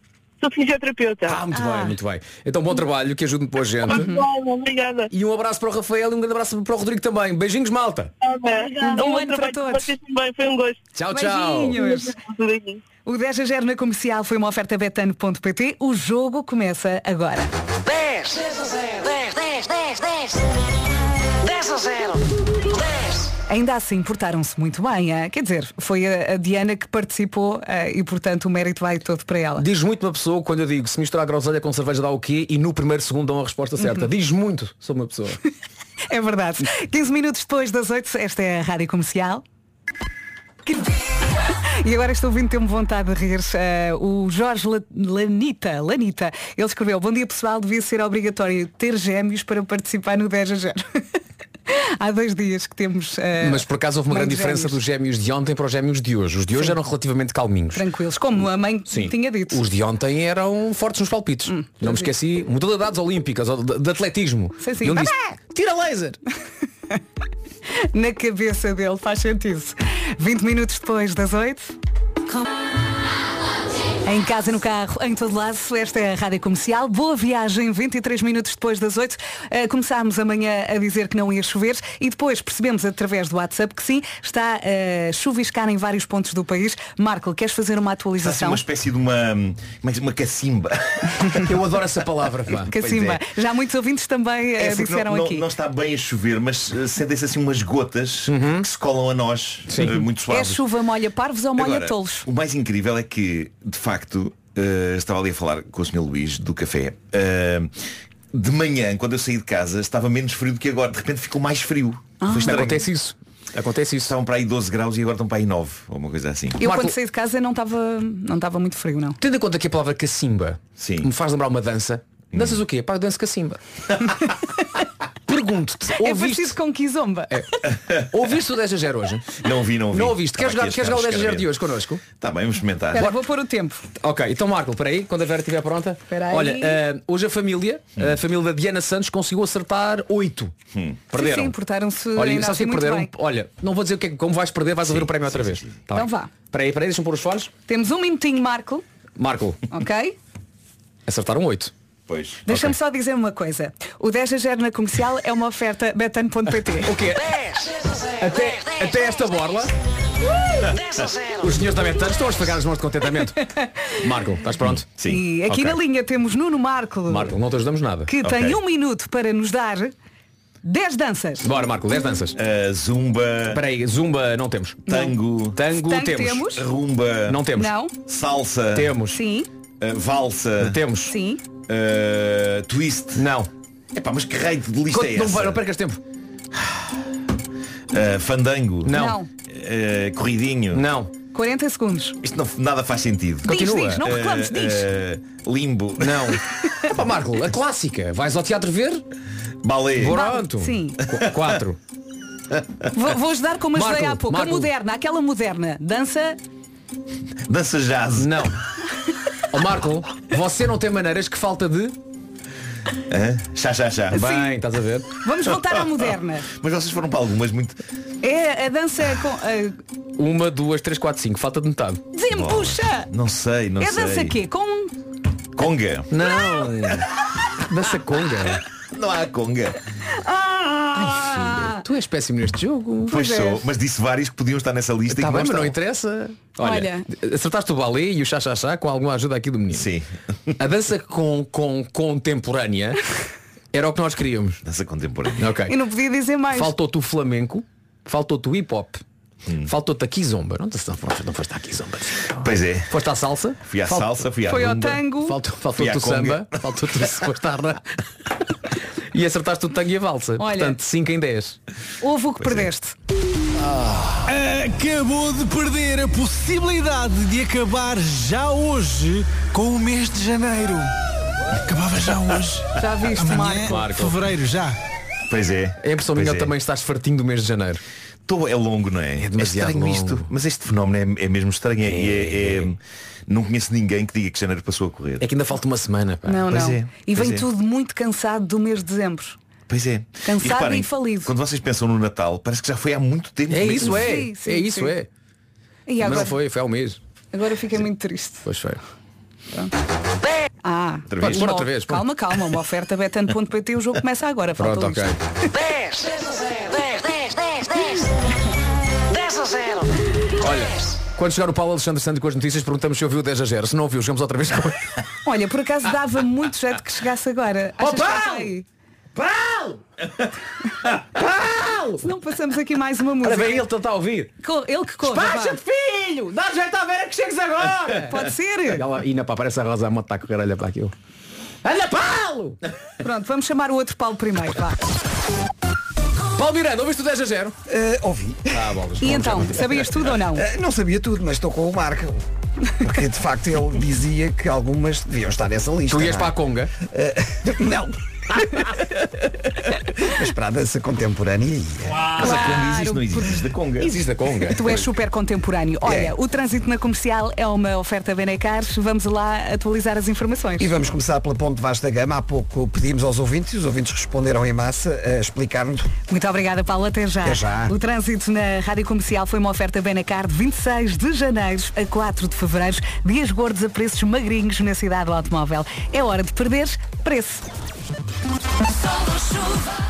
Speaker 10: Sou fisioterapeuta.
Speaker 8: Ah, muito bem, muito bem. Então, bom trabalho, que ajude-me para a gente.
Speaker 10: Obrigada, obrigada.
Speaker 8: E um abraço para o Rafael e um grande abraço para o Rodrigo também. Beijinhos, malta.
Speaker 10: obrigada.
Speaker 2: Um
Speaker 10: Um bom
Speaker 2: ano para
Speaker 10: trabalho
Speaker 2: todos.
Speaker 10: vocês também, foi um gosto.
Speaker 8: Tchau, tchau.
Speaker 2: Beijinhos.
Speaker 10: Beijinho.
Speaker 2: O 10 a 0 na comercial foi uma oferta betano.pt. O jogo começa agora.
Speaker 9: 10, 10, 10, 10, 10, 10 a 0. 10.
Speaker 2: Ainda assim, portaram-se muito bem. hein? Quer dizer, foi a, a Diana que participou eh, e, portanto, o mérito vai todo para ela.
Speaker 8: Diz muito uma pessoa quando eu digo se misturar groselha com cerveja dá o quê e no primeiro segundo dão a resposta certa.
Speaker 2: Uhum.
Speaker 8: Diz muito sobre uma pessoa.
Speaker 2: É verdade. 15 minutos depois das 8, esta é a Rádio Comercial. E agora estou ouvindo, ter-me vontade de rir. eh, o Jorge La- Lanita, Lanita, ele escreveu, bom dia pessoal, devia ser obrigatório ter gêmeos para participar no 10 a 0. Há dois dias que temos. eh,
Speaker 8: Mas por acaso houve uma
Speaker 2: mãe
Speaker 8: grande
Speaker 2: de
Speaker 8: diferença
Speaker 2: gêmeos.
Speaker 8: dos gêmeos de ontem para os gêmeos de hoje. Os de hoje eram relativamente calminhos.
Speaker 2: Tranquilos, como a mãe tinha dito. Hum.
Speaker 8: Os de ontem eram fortes nos palpites. Não me esqueci. Modalidades olímpicas, ou de, de atletismo.
Speaker 2: Sim, sim. Ah,
Speaker 8: E um
Speaker 2: Papá!
Speaker 8: disse, tira laser.
Speaker 2: Na cabeça dele, faz sentido. 20 minutos depois das 8. Em casa, no carro, em todo lado, esta é a Rádio Comercial. Boa viagem, 23 minutos depois das 8. Eh, começámos amanhã a dizer que não ia chover e depois percebemos através do WhatsApp que sim, está eh, a chuviscar em vários pontos do país. Marco, queres fazer
Speaker 12: Está
Speaker 2: uma
Speaker 12: a ser
Speaker 2: atualização?
Speaker 12: uma espécie de uma, mas uma cacimba.
Speaker 8: Eu adoro essa palavra. pá.
Speaker 2: Cacimba.
Speaker 12: Pois
Speaker 2: Já muitos ouvintes também
Speaker 12: É
Speaker 2: eh,
Speaker 12: porque
Speaker 2: disseram
Speaker 12: não, não-
Speaker 2: aqui.
Speaker 12: não está bem a chover, mas eh, sentem-se assim umas gotas
Speaker 8: Uhum.
Speaker 12: que se colam a nós, eh, muito
Speaker 2: É
Speaker 12: suaves.
Speaker 2: chuva molha parvos ou molha
Speaker 12: Agora,
Speaker 2: tolos?
Speaker 12: O mais incrível é que, de facto, eh, estava ali a falar com o Sr. Luís do café. eh, de manhã, quando eu saí de casa, estava menos frio do que agora. De repente ficou mais frio.
Speaker 2: Ah.
Speaker 12: Foi estranho.
Speaker 8: Acontece isso. Acontece isso.
Speaker 12: Estavam para aí 12 graus e agora estão para aí 9, ou uma coisa assim.
Speaker 2: Eu
Speaker 8: Marco-
Speaker 2: quando saí de casa não estava não estava muito frio, não.
Speaker 8: Tendo em conta que a palavra cacimba
Speaker 12: Sim.
Speaker 8: me faz lembrar uma dança. Danças o quê? Pá, eu danço cacimba. Pergunto-te,
Speaker 2: É
Speaker 8: ouviste, É.
Speaker 2: preciso com quizomba.
Speaker 8: ouviste o 10 a 0 hoje?
Speaker 12: Não vi, não vi.
Speaker 8: Não ouviste?
Speaker 12: Estava
Speaker 8: Queres jogar,
Speaker 12: aqui a
Speaker 8: queres jogar o 10 a 0
Speaker 12: chegar
Speaker 8: de hoje connosco?
Speaker 12: Está Tá bem, vamos experimentar.
Speaker 2: Espera, vou pôr o tempo.
Speaker 8: Ok, então Marco, espera aí, quando a Vera estiver pronta.
Speaker 2: Espera aí.
Speaker 8: Olha, ah, hoje a família, a
Speaker 12: Hum.
Speaker 8: família da Diana Santos conseguiu acertar 8. Perderam.
Speaker 2: Sim, sim, portaram-se
Speaker 8: Olha,
Speaker 2: ainda
Speaker 8: sabes o que é
Speaker 2: assim
Speaker 8: que
Speaker 2: muito
Speaker 8: perderam?
Speaker 2: bem.
Speaker 8: Olha, não vou dizer o que é, que- como vais perder, vais ouvir o prémio outra vez. Tá
Speaker 2: Então
Speaker 8: bem.
Speaker 2: vá.
Speaker 8: Espera aí, espera aí, deixa-me pôr os fones.
Speaker 2: Temos um minutinho, Marco,
Speaker 8: Marco,
Speaker 2: ok?
Speaker 8: acertaram 8.
Speaker 12: Pois.
Speaker 2: Deixa-me só dizer uma coisa. O 10 a 0 na comercial é uma oferta betano.pt.
Speaker 8: O quê?
Speaker 9: 10.
Speaker 8: Até, até esta borla, Os senhores da Betano estão a esfregar as mãos de contentamento. Marco, estás pronto?
Speaker 2: E aqui
Speaker 8: Ok.
Speaker 2: na linha temos Nuno Marco,
Speaker 8: Marco, não te ajudamos nada.
Speaker 2: que tem um minuto para nos dar 10 danças.
Speaker 8: Bora, Marco, 10 danças.
Speaker 12: zumba.
Speaker 8: Espera aí, zumba não temos.
Speaker 12: Tango.
Speaker 8: Tango,
Speaker 2: Tango
Speaker 8: temos.
Speaker 2: temos.
Speaker 12: Rumba.
Speaker 8: Não temos.
Speaker 2: Não.
Speaker 12: Salsa.
Speaker 8: Temos.
Speaker 2: Sim,
Speaker 12: Uh, valsa.
Speaker 8: Temos.
Speaker 2: sim.
Speaker 12: Uh, twist.
Speaker 8: Não.
Speaker 12: Epá, mas que raio de lista é
Speaker 8: Não,
Speaker 12: essa?
Speaker 8: não percas tempo.
Speaker 12: Uh, fandango.
Speaker 2: Não. Não.
Speaker 12: Uh, corridinho.
Speaker 8: Não.
Speaker 2: 40 segundos.
Speaker 12: Isto não, nada faz sentido.
Speaker 2: Diz, Continua.
Speaker 8: Eh,
Speaker 2: diz, não reclames, diz.
Speaker 12: uh, limbo.
Speaker 8: Não. Opa, Marco, a clássica. Vais ao teatro ver?
Speaker 12: Balé.
Speaker 8: Pronto.
Speaker 2: É. Sim.
Speaker 8: Qu- quatro.
Speaker 2: Vou, vou ajudar como ajudei
Speaker 8: Marco,
Speaker 2: há pouco.
Speaker 8: Marco.
Speaker 2: A moderna, aquela moderna. Dança.
Speaker 12: Dança jazz.
Speaker 8: Não. Ó Marco, você não tem maneiras que falta de.
Speaker 12: Hã? Chá, chá, chá.
Speaker 8: Bem, estás a ver?
Speaker 2: Vamos voltar à moderna.
Speaker 12: Mas vocês foram para algumas muito.
Speaker 2: É a dança com. a-
Speaker 8: Uma, duas, três, quatro, cinco. Falta de metade.
Speaker 2: Dizem-me, puxa!
Speaker 12: Não sei, não
Speaker 2: é a
Speaker 12: sei.
Speaker 2: dança quê? Com. um
Speaker 12: Conga.
Speaker 8: Não. Dança conga.
Speaker 12: Não há conga.
Speaker 2: Ah!
Speaker 8: Tu és péssimo neste jogo.
Speaker 12: Pois sou, mas disse vários que podiam estar nessa lista
Speaker 8: Está
Speaker 12: e que
Speaker 8: é. Tá bem, mas
Speaker 12: Tá não estão.
Speaker 8: não interessa. Olha,
Speaker 2: Olha.
Speaker 8: acertaste o balé e o chá-chá-chá com alguma ajuda aqui do menino.
Speaker 12: Sim.
Speaker 8: A dança com, com, contemporânea era o que nós queríamos.
Speaker 12: Dança contemporânea.
Speaker 8: Ok.
Speaker 2: Eu não podia dizer mais.
Speaker 8: Faltou-te o flamenco, faltou-te o hip-hop, faltou-te a kizomba. Não, te- não, não foste à kizomba.
Speaker 12: Pois é.
Speaker 8: Foste à salsa?
Speaker 12: Fui à
Speaker 8: Falt-
Speaker 12: salsa, fui à
Speaker 2: Foi ao
Speaker 12: rumba.
Speaker 2: tango.
Speaker 8: Faltou-
Speaker 12: Fui à
Speaker 8: Faltou-te o
Speaker 12: conga.
Speaker 8: samba, faltou-te o foste à ra- E acertaste o tango e a valsa.
Speaker 2: Olha.
Speaker 8: Portanto, 5 em 10.
Speaker 2: Houve o que
Speaker 8: é.
Speaker 2: perdeste.
Speaker 11: Acabou de perder a possibilidade de acabar já hoje com o mês de janeiro. Acabava já hoje.
Speaker 2: Já viste,
Speaker 11: Amanhã,
Speaker 2: Marco?
Speaker 8: Marco.
Speaker 11: fevereiro, já.
Speaker 12: Pois é.
Speaker 8: É a impressão
Speaker 12: Pois
Speaker 8: minha
Speaker 12: é.
Speaker 8: também estás fartinho do mês de janeiro.
Speaker 12: Tô, é longo, não é? É,
Speaker 8: demasiado
Speaker 12: estranho
Speaker 8: longo.
Speaker 12: isto. Mas este fenómeno é, é mesmo estranho. É, é- é- não conheço ninguém que diga que janeiro passou a correr.
Speaker 8: É que ainda falta uma semana. pá.
Speaker 2: Não,
Speaker 12: Pois
Speaker 2: não.
Speaker 12: é,
Speaker 2: E
Speaker 12: pois
Speaker 2: vem
Speaker 12: é.
Speaker 2: tudo muito cansado do mês de dezembro.
Speaker 12: Pois é.
Speaker 2: Cansado e falido.
Speaker 12: Quando vocês pensam no Natal, parece que já foi há muito tempo.
Speaker 8: É
Speaker 12: mesmo. assim?
Speaker 8: isso, é.
Speaker 2: Sim, sim,
Speaker 8: é isso,
Speaker 2: sim.
Speaker 8: é.
Speaker 2: E
Speaker 8: Mas
Speaker 2: agora,
Speaker 8: não foi, foi ao mês.
Speaker 2: agora fiquei muito triste.
Speaker 8: Pois foi.
Speaker 2: Tá. Ah,
Speaker 12: Outra vez.
Speaker 8: Pode pôr
Speaker 2: uma-
Speaker 8: outra vez. pô.
Speaker 2: calma, calma. Uma oferta betano.pt o jogo começa agora.
Speaker 8: Pronto,
Speaker 2: faltou
Speaker 8: ok.
Speaker 2: isto.
Speaker 9: 10, 10, 10, 10, 10, 10 a 0.
Speaker 8: Olha, quando chegar o Paulo Alexandre Santos com as notícias, perguntamos se ouviu o 10 a 0. Se não ouviu, chegamos outra vez com ele.
Speaker 2: Olha, por acaso dava muito jeito que chegasse agora. Achas que passa aí?
Speaker 8: Paulo! Paulo!
Speaker 2: Não passamos aqui mais uma
Speaker 8: Ora
Speaker 2: música.
Speaker 8: bem, ele está a ouvir.
Speaker 2: Co- Ele que conta. vá.
Speaker 8: filho! Dá jeito à vera que chegues agora!
Speaker 2: Pode ser?
Speaker 8: Ela, e na pá, parece a Rosa a moto está a correr, olha para aquilo. Olha Paulo!
Speaker 2: Pronto, vamos chamar o outro Paulo primeiro. Vá.
Speaker 8: Paulo Miranda, ouviste o 10 a 0?
Speaker 4: Eh, ouvi.
Speaker 8: Ah, bolas.
Speaker 2: E então, sabias tudo ou não?
Speaker 4: Eh, não sabia tudo, mas estou com o Marco. Porque de facto ele dizia que algumas deviam estar nessa lista.
Speaker 8: Tu ias
Speaker 4: não
Speaker 8: para
Speaker 4: é?
Speaker 8: a Conga?
Speaker 4: Não. Mas para a dança contemporânea ia.
Speaker 12: Mas a conga existe, não existe. Existe a conga.
Speaker 8: Existe a Conga.
Speaker 2: Tu és super
Speaker 8: É.
Speaker 2: contemporâneo. Olha, o trânsito na comercial é uma oferta Benecars. Vamos lá atualizar as informações.
Speaker 4: E vamos começar pela Ponte Vasta Gama. Há pouco pedimos aos ouvintes, e os ouvintes responderam em massa, a explicar-nos
Speaker 2: Muito obrigada, Paulo. Até já.
Speaker 4: Até já.
Speaker 2: O trânsito na Rádio Comercial foi uma oferta Benacar de 26 de janeiro a 4 de fevereiro. Dias gordos a preços magrinhos na cidade do automóvel. É hora de perderes preço.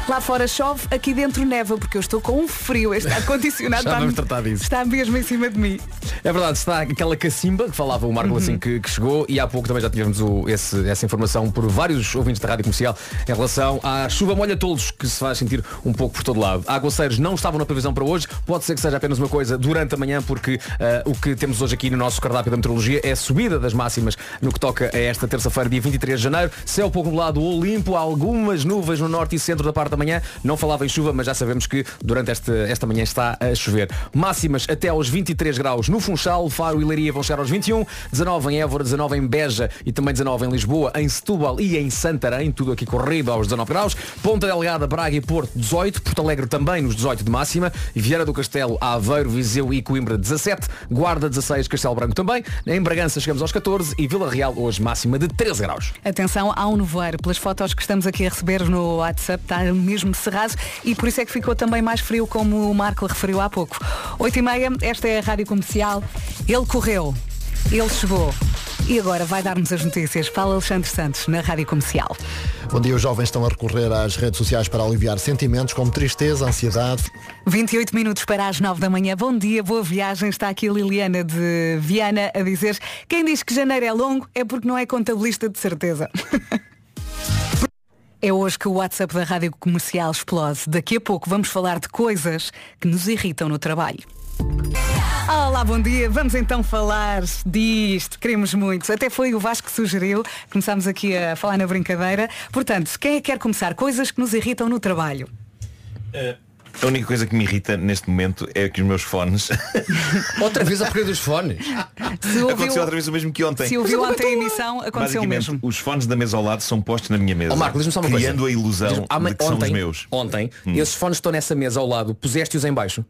Speaker 2: Lá fora chove, aqui dentro neva, porque eu estou com um frio. Este ar-condicionado
Speaker 8: Já
Speaker 2: está,
Speaker 8: vamos tratar disso.
Speaker 2: está mesmo em cima de mim.
Speaker 8: É verdade, está aquela cacimba que falava o Marco assim que, que chegou e há pouco também já tivemos o- esse- essa informação por vários ouvintes da Rádio Comercial em relação à chuva molha todos que se faz sentir um pouco por todo lado. Aguaceiros não estavam na previsão para hoje, pode ser que seja apenas uma coisa durante a manhã porque ah, o que temos hoje aqui no nosso cardápio da meteorologia é a subida das máximas no que toca a esta terça-feira, dia 23 de janeiro. Céu pouco nublado ou limpo, algumas nuvens no norte e centro da parte da manhã. Não falava em chuva, mas já sabemos que durante esta, esta manhã está a chover. Máximas até aos 23 graus no Funchal, Faro e Leiria vão chegar aos 21, 19 em Évora, 19 em Beja e também 19 em Lisboa, em Setúbal e em Santarém, tudo aqui corrido aos 19 graus. Ponta Delgada, Braga e Porto, 18. Porto Alegre também nos 18 de máxima. Vieira do Castelo, Aveiro, Viseu e Coimbra, 17. Guarda, 16. Castelo Branco também. Em Bragança chegamos aos 14 e Vila Real hoje máxima de 13 graus.
Speaker 2: Atenção ao nevoeiro, pelas fotos que estamos aqui a receber no WhatsApp, está mesmo cerrado e por isso é que ficou também mais frio, como o Marco referiu há pouco. 8 e meia, esta é a Rádio Comercial. Ele correu, ele chegou, E agora vai dar-nos as notícias. Paulo Alexandre Santos, na Rádio Comercial.
Speaker 7: Bom dia, os jovens estão a recorrer às redes sociais para aliviar sentimentos como tristeza, ansiedade.
Speaker 2: 28 minutos para as 9 da manhã. Bom dia, boa viagem. Está aqui a Liliana de Viana a dizer quem diz que janeiro é longo é porque não é contabilista de certeza. É hoje que o WhatsApp da Rádio Comercial explode. Daqui a pouco vamos falar de coisas que nos irritam no trabalho. Olá, bom dia. Vamos então falar disto. Queremos muito. Até foi o Vasco que sugeriu. Começámos aqui a falar na brincadeira. Portanto, quem é que quer começar? Coisas que nos irritam no trabalho.
Speaker 12: A única coisa que me irrita neste momento é que os meus fones.
Speaker 8: Outra vez a porcaria dos fones.
Speaker 2: Se ouviu-
Speaker 12: aconteceu outra vez o mesmo que ontem.
Speaker 2: Se ouviu ontem a emissão, aconteceu o
Speaker 12: Basicamente,
Speaker 2: mesmo.
Speaker 12: os fones da mesa ao lado são postos na minha mesa.
Speaker 8: Ó Marco, diz-me só uma
Speaker 12: criando
Speaker 8: coisa.
Speaker 12: a ilusão
Speaker 8: Diz-me, ah, mas
Speaker 12: de que são os
Speaker 8: ontem-
Speaker 12: meus. Hum.
Speaker 8: Ontem, esses fones que estão nessa mesa ao lado, puseste-os em baixo?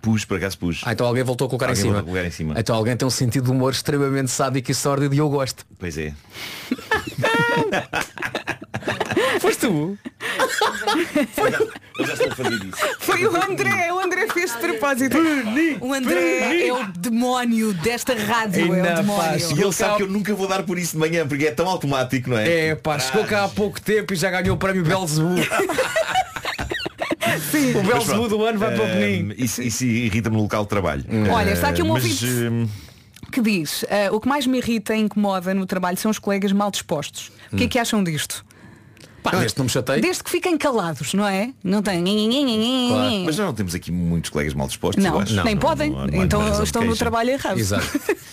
Speaker 12: Pus, por acaso pus.
Speaker 8: Ah, então alguém voltou a colocar
Speaker 12: Alguém
Speaker 8: em cima.
Speaker 12: voltou a colocar em cima.
Speaker 8: Então alguém tem um sentido de humor extremamente sádico e sórdido e eu gosto.
Speaker 12: Pois é.
Speaker 8: Foste tu?
Speaker 12: Eu já estou a fazer isso.
Speaker 2: Foi o André, o André fez de propósito. O André é o demónio desta rádio, é o demónio.
Speaker 12: E ele sabe que eu nunca vou dar por isso de manhã, porque é tão automático, não é?
Speaker 8: É pá, chegou cá há pouco tempo e já ganhou o prémio Belzebu. O
Speaker 12: Mas
Speaker 8: Belzebu
Speaker 12: pronto,
Speaker 8: do ano vai para o
Speaker 12: eh,
Speaker 8: Benin.
Speaker 12: Isso, isso irrita-me no local de trabalho.
Speaker 2: Olha, está aqui um
Speaker 12: Eh, mas,
Speaker 2: ouvinte.
Speaker 12: eh,
Speaker 2: Que diz, "Ah, o que mais me irrita e incomoda no trabalho são os colegas mal dispostos. O que é que acham disto?
Speaker 8: Pá, este não me chatei.
Speaker 2: Desde que fiquem calados, não é? Não tem.
Speaker 12: Claro. Mas nós não temos aqui muitos colegas mal dispostos.
Speaker 2: Não,
Speaker 12: eu acho.
Speaker 2: nem podem.
Speaker 12: há- há
Speaker 2: Então
Speaker 12: razão de
Speaker 2: estão no
Speaker 12: queixa.
Speaker 2: trabalho errado.
Speaker 8: Exato.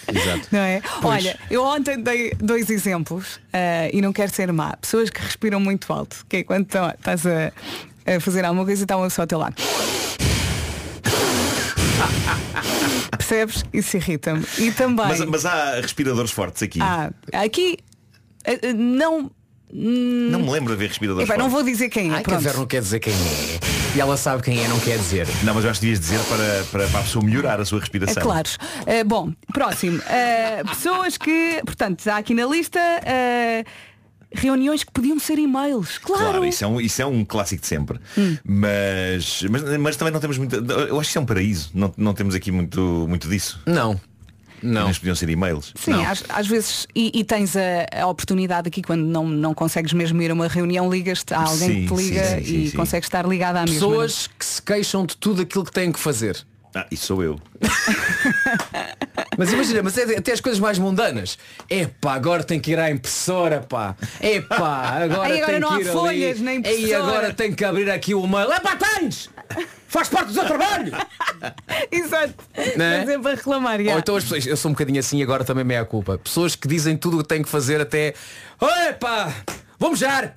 Speaker 8: Exato.
Speaker 2: Não é?
Speaker 8: Pois.
Speaker 2: Olha, eu ontem dei dois exemplos ah, e não quero ser má. Pessoas que respiram muito alto, que é quando tão- estás a, a fazer alguma coisa e está uma pessoa ao teu lado. Percebes? Isso irrita-me. E também.
Speaker 12: Mas, mas há respiradores fortes aqui.
Speaker 2: Ah, aqui eh, eh, não.
Speaker 12: Não me lembro de haver respiradores
Speaker 2: Epá, não
Speaker 12: fortes.
Speaker 2: vou dizer quem é.
Speaker 8: Ai, que a
Speaker 2: pronto.
Speaker 8: Vera não quer dizer quem é. E ela sabe quem é, não quer dizer.
Speaker 12: Não, mas eu acho que devias dizer para, para, para a pessoa melhorar a sua
Speaker 2: É
Speaker 12: respiração.
Speaker 2: claro. Eh, bom, próximo. Eh, pessoas que, portanto, há aqui na lista eh, reuniões que podiam ser e-mails. Claro. Hum.
Speaker 12: Claro, isso, é um, isso é um clássico de sempre. Mas, mas, mas também não temos muito. Eu acho que isso é um paraíso. Não, não temos aqui muito, muito disso.
Speaker 8: Não. Não.
Speaker 12: Mas podiam ser e-mails.
Speaker 2: Sim, às, às vezes, e, e tens a, a oportunidade aqui quando não, não consegues mesmo ir a uma reunião, ligas-te a alguém
Speaker 12: Sim,
Speaker 2: que te liga
Speaker 12: sim, sim, sim,
Speaker 2: e
Speaker 12: sim.
Speaker 2: consegues estar ligada à mesma.
Speaker 8: Pessoas que se queixam de tudo aquilo que têm que fazer.
Speaker 12: Ah, isso sou eu.
Speaker 8: Mas imagina, mas é- até as coisas mais mundanas. Epá, agora tem que ir à impressora, pá. Epá, agora
Speaker 2: Ei, agora
Speaker 8: tem
Speaker 2: não
Speaker 8: que
Speaker 2: há
Speaker 8: ir
Speaker 2: folhas
Speaker 8: ali.
Speaker 2: na
Speaker 8: E
Speaker 2: impressora.
Speaker 8: agora tem que abrir aqui o mail. Epá, tens! Faz parte do teu trabalho!
Speaker 2: Exato.
Speaker 8: Não é?
Speaker 2: Estão sempre a reclamar. já.
Speaker 8: Ou então as pessoas, eu sou um bocadinho assim agora também meia culpa. Pessoas que dizem tudo o que têm que fazer até. Epá! Vamos já!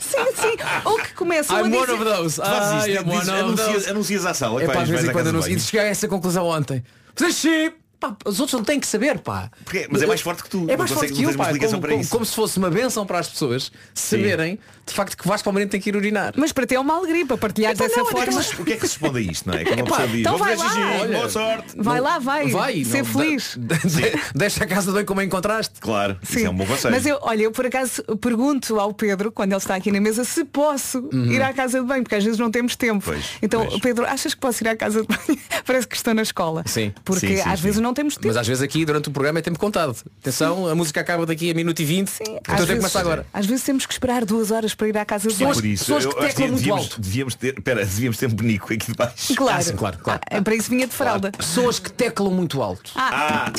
Speaker 2: Sim, sim. Ou que começam a
Speaker 8: I'm
Speaker 2: dizer...
Speaker 8: one of those.
Speaker 12: Fazes
Speaker 8: I
Speaker 12: isso,
Speaker 8: am
Speaker 12: dizes-
Speaker 8: one of
Speaker 12: anuncias,
Speaker 8: those.
Speaker 12: anuncias à sala.
Speaker 8: É pá,
Speaker 12: vais-
Speaker 8: de vez
Speaker 12: vais
Speaker 8: em
Speaker 12: à
Speaker 8: quando
Speaker 12: casa de
Speaker 8: anuncio. E
Speaker 12: banho.
Speaker 8: cheguei a essa conclusão ontem. Fazer chip! Pá, os outros não têm que saber, pá.
Speaker 12: Porquê? Mas é mais forte que tu.
Speaker 8: É
Speaker 12: Não
Speaker 8: mais forte
Speaker 12: consegues- não
Speaker 8: que eu,
Speaker 12: tens uma
Speaker 8: pá.
Speaker 12: explicação
Speaker 8: Como,
Speaker 12: para
Speaker 8: como-
Speaker 12: isso.
Speaker 8: como se fosse uma benção para as pessoas saberem de facto que Vasco Palmeirinho tem que ir urinar.
Speaker 2: Mas para ti é uma alegria para partilhares
Speaker 8: Epá,
Speaker 2: essa
Speaker 8: não, é
Speaker 2: forma.
Speaker 12: O que é que se responde a isto, não é? Como
Speaker 8: Epá,
Speaker 12: uma pessoa diz,
Speaker 2: então
Speaker 12: "Vamos
Speaker 2: vai
Speaker 12: ver
Speaker 2: lá.
Speaker 12: xixi,
Speaker 8: Olha.
Speaker 12: boa sorte.
Speaker 2: Vai lá, vai.
Speaker 8: Vai,
Speaker 2: Ser
Speaker 8: não-
Speaker 2: feliz.
Speaker 8: de- de- deixa a casa bem como a encontraste.
Speaker 12: Claro, isso
Speaker 2: Sim.
Speaker 12: é um bom conselho.
Speaker 2: Mas eu, olha, eu por acaso pergunto ao Pedro, quando ele está aqui na mesa, se posso
Speaker 8: Uhum.
Speaker 2: ir à casa de banho, porque às vezes não temos tempo.
Speaker 12: Pois,
Speaker 2: então,
Speaker 12: pois.
Speaker 2: Pedro, achas que posso ir à casa de banho? Parece que estou na escola.
Speaker 8: Sim.
Speaker 2: Porque
Speaker 12: Sim, sim,
Speaker 2: às
Speaker 12: sim.
Speaker 2: vezes não temos tempo.
Speaker 8: Mas às vezes aqui durante o programa é tempo contado. Atenção, a música acaba daqui a minuto e vinte. Então
Speaker 2: às
Speaker 8: tem que
Speaker 2: vezes,
Speaker 8: começar agora.
Speaker 2: às vezes temos que esperar duas horas para ir à casa de
Speaker 12: É
Speaker 2: banho.
Speaker 12: por isso,
Speaker 8: pessoas
Speaker 12: eu
Speaker 8: que
Speaker 12: acho que
Speaker 8: teclam muito
Speaker 12: devíamos,
Speaker 8: alto.
Speaker 12: devíamos ter, espera, devíamos ter um penico aqui debaixo.
Speaker 2: Claro.
Speaker 8: Ah, sim, claro, claro.
Speaker 2: Ah, para isso vinha de fralda.
Speaker 8: Pessoas que teclam muito alto.
Speaker 12: Ah,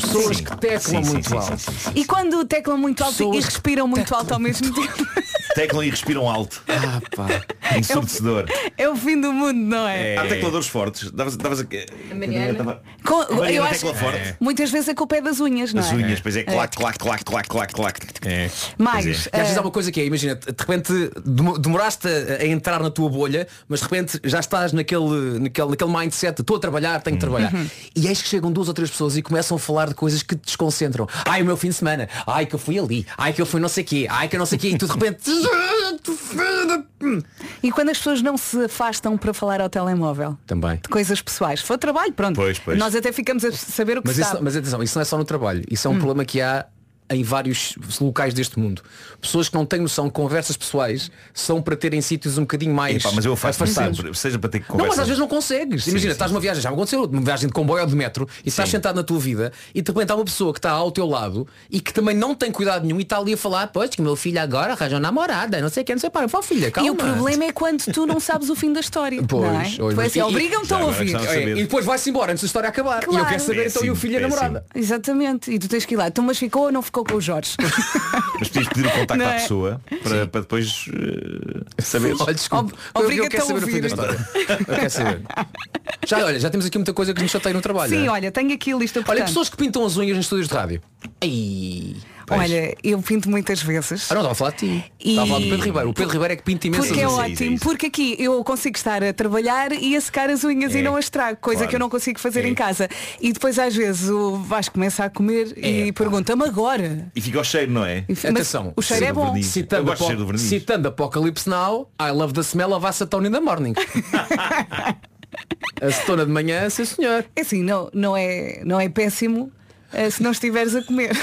Speaker 8: Pessoas
Speaker 12: sim.
Speaker 8: que teclam
Speaker 12: Sim, sim,
Speaker 8: muito
Speaker 12: sim,
Speaker 8: alto.
Speaker 12: sim, sim, sim.
Speaker 2: E quando teclam muito alto
Speaker 8: Pessoas
Speaker 2: e respiram muito alto ao mesmo tempo,
Speaker 12: Teclam e respiram alto.
Speaker 8: Ah, pá.
Speaker 12: Ensurdecedor.
Speaker 2: é o fim do mundo, não é?
Speaker 12: Há tecladores fortes. Davas, davas a...
Speaker 2: Mariana.
Speaker 12: Tava-
Speaker 2: Com-
Speaker 8: É
Speaker 12: A Mariana
Speaker 2: eu acho
Speaker 12: tecla forte.
Speaker 2: que muitas vezes a culpa é das unhas, não
Speaker 12: As
Speaker 2: é?
Speaker 12: unhas, pois é, clac, clac, clac, clac, clac, clac.
Speaker 2: Mais,
Speaker 12: Pois é.
Speaker 8: E às vezes
Speaker 2: eh,
Speaker 8: há uma coisa que é, imagina, de repente demo- demoraste a, a entrar na tua bolha, mas de repente já estás naquele, naquele, naquele mindset, estou a trabalhar, tenho que
Speaker 12: Uhum.
Speaker 8: trabalhar. E eis que chegam duas ou três pessoas e começam a falar de coisas que te desconcentram. Ai, o meu fim de semana, ai que eu fui ali, ai que eu fui não sei quê, ai que eu não sei quê, e tu de repente. um-
Speaker 2: E quando as pessoas não se afastam para falar ao telemóvel?
Speaker 8: Também.
Speaker 2: De coisas pessoais. Foi trabalho, pronto.
Speaker 12: Pois, pois.
Speaker 2: Nós até ficamos a saber o que
Speaker 8: Mas,
Speaker 2: está.
Speaker 8: isso, mas atenção, isso não é só no trabalho, isso é um problema que há em vários locais deste mundo. Pessoas que não têm noção, conversas pessoais são para terem sítios um bocadinho mais
Speaker 12: Epá, mas eu faço
Speaker 8: afastados.
Speaker 12: sempre, seja para ter que
Speaker 8: É, Não,
Speaker 12: conversar.
Speaker 8: mas às vezes não consegues.
Speaker 12: Sim,
Speaker 8: Imagina,
Speaker 12: sim,
Speaker 8: estás numa viagem, já me aconteceu, uma viagem de comboio ou de metro, e estás sentado na tua vida e de repente há uma pessoa que está ao teu lado e que também não tem cuidado nenhum e está ali a falar, pois que o meu filho agora arranja uma namorada, não sei quem, não sei para, fala filha, calma.
Speaker 2: E o problema é quando tu não sabes o fim da história.
Speaker 8: Pois,
Speaker 2: não é?
Speaker 8: olha,
Speaker 2: Depois
Speaker 8: mas-
Speaker 2: assim,
Speaker 8: e- e-
Speaker 2: obrigam-te a
Speaker 8: Já, agora
Speaker 2: ouvir.
Speaker 8: gostava de saber. É, E depois vai-se embora antes da história acabar. E eu quero
Speaker 12: É
Speaker 8: saber então e o filho e a namorada.
Speaker 2: Exatamente. E tu tens que ir lá. Então, mas ficou ou não ficou com o Jorge?
Speaker 12: Mas tens de pedir o contacto
Speaker 2: Não
Speaker 12: à
Speaker 2: é?
Speaker 12: pessoa para, para depois eh, saber.
Speaker 8: Olha, desculpa. Eu- eu
Speaker 2: obriga-te
Speaker 8: quero
Speaker 2: a
Speaker 8: saber o fim da
Speaker 2: ouvir.
Speaker 8: história. Eu quero saber. Já, olha, já temos aqui muita coisa que nos chateia no trabalho.
Speaker 2: Sim,
Speaker 8: não é?
Speaker 2: olha, tenho aqui a lista.
Speaker 8: Olha,
Speaker 2: portanto.
Speaker 8: pessoas que pintam as unhas nos estúdios de rádio. Ai. pois.
Speaker 2: Olha, eu pinto muitas vezes.
Speaker 8: Ah, não, estava a falar de ti.
Speaker 2: E-
Speaker 8: Estava a falar do Pedro Ribeiro. O Pedro Ribeiro é que pinta imensas
Speaker 2: Porque é
Speaker 8: unhas.
Speaker 2: ótimo, porque aqui eu consigo estar a trabalhar e a secar as unhas
Speaker 8: É,
Speaker 2: e não as trago, coisa
Speaker 8: claro. É.
Speaker 2: que eu não consigo fazer em casa. E depois às vezes o Vasco começa a comer
Speaker 8: É,
Speaker 2: e pergunta-me agora.
Speaker 12: E fica o cheiro, não é?
Speaker 2: Mas
Speaker 8: Atenção,
Speaker 2: o cheiro é bom.
Speaker 12: Eu
Speaker 8: Citando,
Speaker 12: gosto do cheiro do verniz.
Speaker 8: citando Apocalypse Now, I love the smell of acetone in the morning. a cetona de manhã, sim senhor.
Speaker 2: É assim, não, não, é, não é péssimo eh, se não estiveres a comer.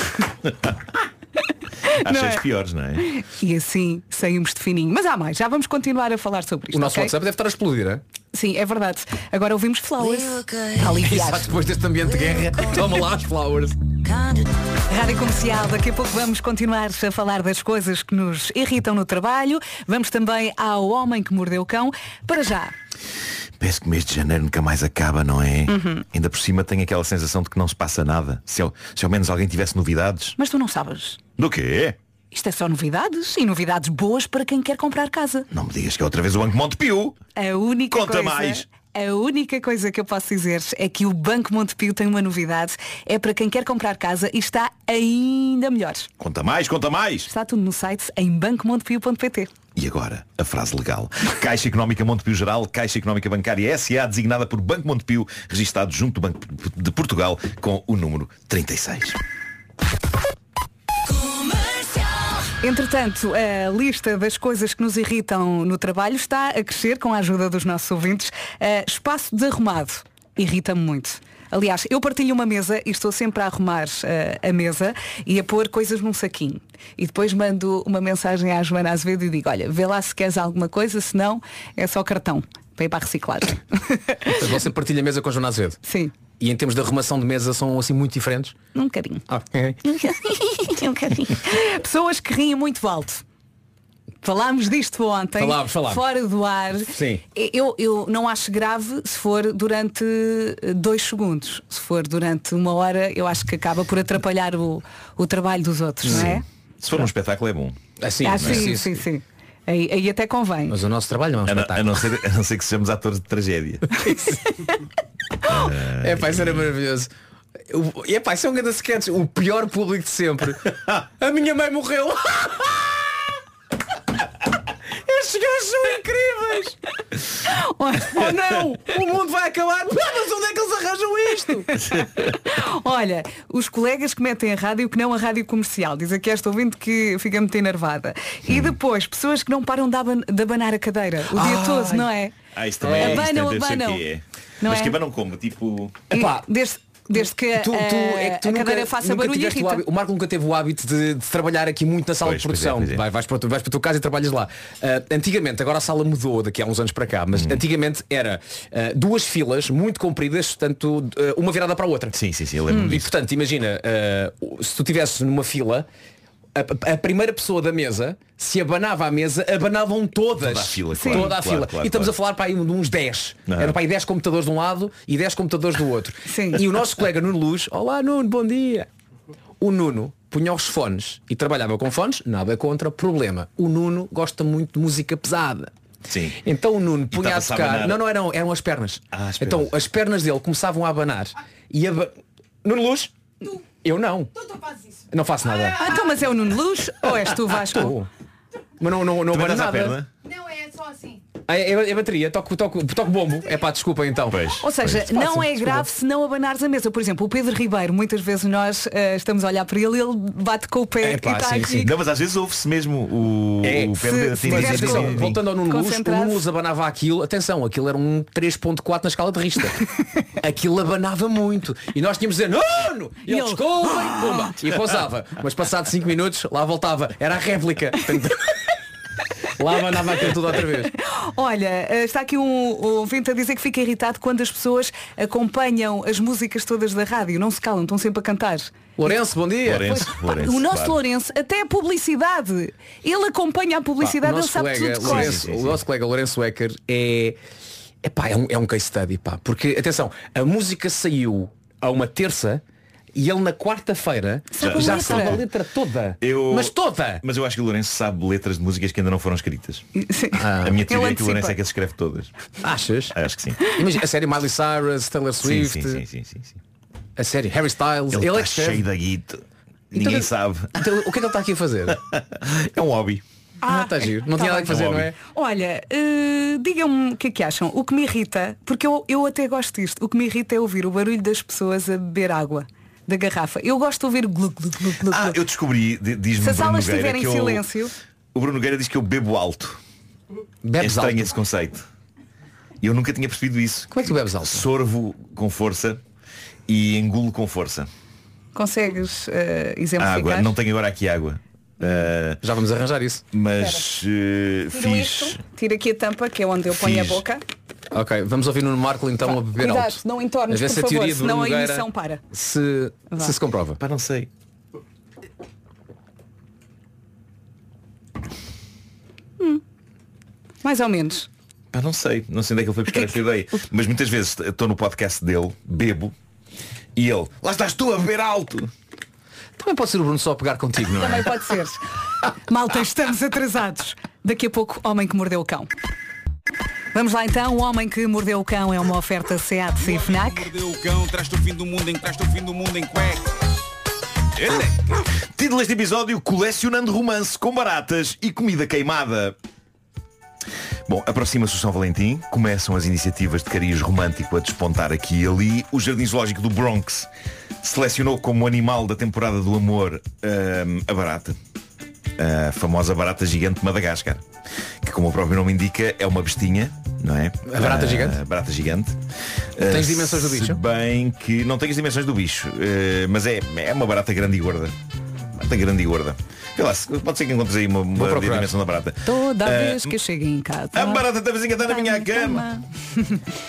Speaker 12: Há
Speaker 2: Não
Speaker 12: cheiros
Speaker 2: é?
Speaker 12: piores, não é?
Speaker 2: E assim saímos de fininho. Mas há mais, já vamos continuar a falar sobre isto.
Speaker 8: O nosso
Speaker 2: ok?
Speaker 8: WhatsApp deve estar a explodir, é?
Speaker 2: Sim, é verdade. Agora ouvimos Flowers.
Speaker 13: Tá
Speaker 2: Está aliviado.
Speaker 8: Exato, depois deste ambiente de guerra. Toma lá as flowers.
Speaker 2: Rádio Comercial, daqui a pouco vamos continuar a falar das coisas que nos irritam no trabalho. Vamos também ao homem que mordeu o cão. Para já.
Speaker 12: Parece que o mês de janeiro nunca mais acaba, não é?
Speaker 2: Uhum.
Speaker 12: Ainda por cima tem aquela sensação de que não se passa nada. Se ao, se ao menos alguém tivesse novidades.
Speaker 2: Mas tu não sabes.
Speaker 12: Do quê?
Speaker 2: Isto é só novidades e novidades boas para quem quer comprar casa.
Speaker 12: Não me digas que é outra vez o Banco Montepio.
Speaker 2: A única
Speaker 12: Conta
Speaker 2: coisa,
Speaker 12: mais.
Speaker 2: A única coisa que eu posso dizer é que o Banco Montepio tem uma novidade. É para quem quer comprar casa e está ainda melhor.
Speaker 12: Conta mais, conta mais.
Speaker 2: Está tudo no site em bancomontepio.pt.
Speaker 12: E agora, a frase legal. Caixa Económica Montepio Geral, Caixa Económica Bancária SA, designada por Banco Montepio, registado junto do Banco de Portugal com o número 36.
Speaker 2: Entretanto, a lista das coisas que nos irritam no trabalho está a crescer com a ajuda dos nossos ouvintes. Eh, espaço desarrumado irrita-me muito. Aliás, eu partilho uma mesa e estou sempre a arrumar eh, a mesa e a pôr coisas num saquinho. E depois mando uma mensagem à Joana Azevedo e digo, olha, vê lá se queres alguma coisa, se não, é só cartão. Vem para a reciclagem.
Speaker 8: Mas Você partilha a mesa com a Joana Azevedo.
Speaker 2: Sim.
Speaker 8: E em termos de arrumação de mesa são assim muito diferentes?
Speaker 2: Um bocadinho.
Speaker 8: Ah, ok.
Speaker 2: um bocadinho. Pessoas que riem muito alto. Falámos disto ontem.
Speaker 8: Falámos, falámos.
Speaker 2: Fora do ar.
Speaker 8: Sim.
Speaker 2: Eu, eu não acho grave se for durante eh, dois segundos. Se for durante uma hora, eu acho que acaba por atrapalhar o, o trabalho dos outros, não é?
Speaker 12: Se for um espetáculo é bom.
Speaker 8: Assim,
Speaker 2: Ah, sim, sim, sim. Aí, aí até convém.
Speaker 8: Mas o nosso trabalho não é um
Speaker 12: A não,
Speaker 8: espetáculo.
Speaker 12: a não ser, a não ser que sejamos atores de tragédia.
Speaker 8: É pá, isso era maravilhoso. O- E é pá, isso é um grande sketch. O pior público de sempre. A minha mãe morreu. Estes gajos são incríveis! oh não! O mundo vai acabar! Mas onde é que eles arranjam isto?
Speaker 2: Olha, os colegas que metem a rádio que não a rádio comercial. Diz aqui esta ouvinte que fica muito enervada. E depois, pessoas que não param de, aban de abanar a cadeira o dia
Speaker 12: Ai.
Speaker 2: todo, não é?
Speaker 12: Ah, isso também é. Isso
Speaker 2: Abanam,
Speaker 12: deve ser
Speaker 2: abanam.
Speaker 12: que é.
Speaker 2: Não
Speaker 12: Mas
Speaker 2: é?
Speaker 12: que abanam como? Tipo.
Speaker 2: E desde, desde que
Speaker 8: Tu- tu-
Speaker 2: eh,
Speaker 8: é que tu
Speaker 2: a
Speaker 8: nunca-
Speaker 2: cadeira faça
Speaker 8: nunca
Speaker 2: barulho
Speaker 8: tiveste o,
Speaker 2: irrita.
Speaker 8: hábito- o Marco nunca teve o hábito de, de trabalhar aqui muito na sala de produção. Vai- vais, para, o teu- vais para a tua casa e trabalhas lá. Ah, antigamente, agora a sala mudou daqui a uns anos para cá, mas antigamente era ah, duas filas muito compridas, portanto, ah, uma virada para a outra.
Speaker 12: Sim, sim, sim,
Speaker 8: Hum, E portanto, imagina, ah, o- se tu estivesse numa fila. A, a primeira pessoa da mesa se abanava à mesa, abanavam todas.
Speaker 12: Toda a fila,
Speaker 8: Sim.
Speaker 12: claro,
Speaker 8: Toda a
Speaker 12: claro,
Speaker 8: fila.
Speaker 12: claro,
Speaker 8: e estamos
Speaker 12: claro.
Speaker 8: a falar para aí de uns 10.
Speaker 12: Aham.
Speaker 8: Era para aí 10 computadores de um lado e 10 computadores do outro. E o nosso colega Nuno Luz, olá Nuno, bom dia. O Nuno punha os fones e trabalhava com fones, nada contra, problema. O Nuno gosta muito de música pesada.
Speaker 12: Sim.
Speaker 8: Então o Nuno punha a
Speaker 12: estava-se a
Speaker 8: tocar.
Speaker 12: abanar.
Speaker 8: Não, não eram, eram as pernas.
Speaker 12: Ah, as
Speaker 8: então as pernas dele começavam a abanar. E a... Nuno Luz? Eu não. Não faço nada. Oh.
Speaker 2: Ah, é. então, mas é o Nuno Luz ou és tu Vasco?
Speaker 8: Ah, Mas não, não, não
Speaker 12: Também
Speaker 8: abana
Speaker 12: dás à
Speaker 8: nada.
Speaker 12: perna?
Speaker 14: Não, é só assim.
Speaker 8: É, é, é bateria, toco, toco, toco bombo. É pá, desculpa então.
Speaker 2: Ou seja, não é grave se não abanares a mesa. Por exemplo, o Pedro Ribeiro, muitas vezes nós eh, estamos a olhar para ele, ele bate com o pé e está aqui.
Speaker 12: Não, mas às vezes ouve-se mesmo o, o pé
Speaker 8: Se-
Speaker 12: de-
Speaker 8: se
Speaker 12: É. sim, sim, sim,
Speaker 8: tivesse com-
Speaker 12: sim.
Speaker 8: Voltando ao Nuno Luz, o
Speaker 2: Concentrado.
Speaker 8: Nuno Luz abanava aquilo, atenção, aquilo era um 3.4 na escala de Richter. aquilo abanava muito. E nós tínhamos de dizer, Nuno! E ele, "Ah!" desculpem, pumba! E pousava. Mas passado 5 minutos, lá voltava. Era a réplica. Portanto, lá abanava aquilo tudo outra vez.
Speaker 2: Olha, eh, está aqui um um ouvinte a dizer que fica irritado quando as pessoas acompanham as músicas todas da rádio, não se calam, estão sempre a cantar.
Speaker 8: Lourenço, bom dia.
Speaker 12: Lourenço,
Speaker 2: Pois, pá,
Speaker 12: Lourenço,
Speaker 2: o nosso
Speaker 12: claro.
Speaker 2: Lourenço, até a publicidade. Ele acompanha a publicidade,
Speaker 8: Pá,
Speaker 2: ele
Speaker 8: o nosso
Speaker 2: sabe
Speaker 8: colega,
Speaker 2: tudo de
Speaker 8: Lourenço,
Speaker 2: cor.
Speaker 8: O nosso colega Lourenço Ecker é, epá, é, um, é um case study, pá. Porque, atenção, a música saiu a uma terça e ele na quarta-feira
Speaker 12: Sabe a
Speaker 8: já
Speaker 12: letra.
Speaker 8: sabe a letra toda.
Speaker 12: Eu-
Speaker 8: Mas toda!
Speaker 12: Mas eu acho que o Lourenço sabe letras de músicas que ainda não foram escritas. A minha teoria é que o Lourenço é que as escreve todas. Ah,
Speaker 8: Achas?
Speaker 12: Acho que sim.
Speaker 8: Imagina, a série Miley Cyrus, Taylor Swift.
Speaker 12: É. sim, sim, sim, sim,
Speaker 8: A série Harry Styles.
Speaker 12: Ele
Speaker 8: é
Speaker 12: está
Speaker 8: que escreve.
Speaker 12: cheio da guita.
Speaker 8: Então,
Speaker 12: Ninguém
Speaker 8: ele-
Speaker 12: sabe.
Speaker 8: Então, o que é que ele está aqui a fazer?
Speaker 12: é um hobby.
Speaker 2: Ah,
Speaker 8: não está giro. Não
Speaker 2: tá
Speaker 8: tinha nada
Speaker 2: bem.
Speaker 8: que fazer, não é?
Speaker 2: Olha, eh, digam-me o que é que acham. O que me irrita, porque eu, eu até gosto disto, o que me irrita é ouvir o barulho das pessoas a beber água da garrafa. Eu gosto de ouvir glu, glu, glu, glu,
Speaker 12: Ah,
Speaker 2: glu.
Speaker 12: eu descobri, di- diz-me
Speaker 2: Se
Speaker 12: o
Speaker 2: a sala
Speaker 12: Bruno
Speaker 2: estiver
Speaker 12: Nogueira
Speaker 2: em
Speaker 12: que eu-
Speaker 2: silêncio.
Speaker 12: O Bruno Nogueira diz que eu bebo alto. é estranho esse conceito. E eu nunca tinha percebido isso.
Speaker 8: Como é que tu bebes alto?
Speaker 12: Sorvo com força e engulo com força.
Speaker 2: Consegues eh, exemplificar?
Speaker 12: Água. Não tenho agora aqui água. Ah,
Speaker 8: Já vamos arranjar isso.
Speaker 12: Mas eh,
Speaker 2: Tiram
Speaker 12: fiz.
Speaker 2: isto, tira aqui a tampa, que é onde eu ponho
Speaker 8: Fiz.
Speaker 2: a boca.
Speaker 8: Ok, vamos ouvir Nuno Marco então a beber
Speaker 2: Cuidado,
Speaker 8: alto.
Speaker 2: não
Speaker 8: A
Speaker 2: entornes,
Speaker 8: ver
Speaker 2: por
Speaker 8: se a
Speaker 2: favor,
Speaker 8: teoria do
Speaker 2: senão a
Speaker 8: Nogueira
Speaker 2: emissão para.
Speaker 8: Se
Speaker 2: Vá.
Speaker 8: se, se comprova.
Speaker 12: Pá, não sei.
Speaker 2: Mais ou menos.
Speaker 12: Pá, não sei, não sei onde é que ele foi buscar esta ideia. Mas muitas vezes estou no podcast dele, bebo, e ele, lá estás tu a beber alto.
Speaker 8: Também pode ser o Bruno só a pegar contigo, não
Speaker 2: Também
Speaker 8: é?
Speaker 2: pode ser. Malta, estamos atrasados. Daqui a pouco, Homem que Mordeu o Cão. Vamos lá então, O Homem que Mordeu o Cão é uma oferta SEAT e FNAC.
Speaker 14: Mordeu o cão, traz-te o fim do mundo em traz-te o fim do mundo em cueca.
Speaker 12: Título deste episódio, colecionando romance com baratas e comida queimada. Bom, aproxima-se o São Valentim, começam as iniciativas de cariz romântico a despontar aqui e ali. O Jardim Zoológico do Bronx selecionou como animal da temporada do amor hum, a barata. A famosa barata gigante de Madagascar. Que como o próprio nome indica é uma bestinha, não é?
Speaker 8: A barata gigante?
Speaker 12: A barata gigante.
Speaker 8: Tens
Speaker 12: Ah,
Speaker 8: dimensões do
Speaker 12: se
Speaker 8: bicho?
Speaker 12: Bem que não tenho as dimensões do bicho, eh, mas é, é uma barata grande e gorda. Barata grande e gorda. Vê lá, se- pode ser que encontres aí uma, uma
Speaker 8: procurar.
Speaker 12: dimensão da barata.
Speaker 2: Toda
Speaker 12: Ah,
Speaker 2: vez que eu chego em casa.
Speaker 12: a barata da vizinha está na minha
Speaker 2: Está
Speaker 12: cama.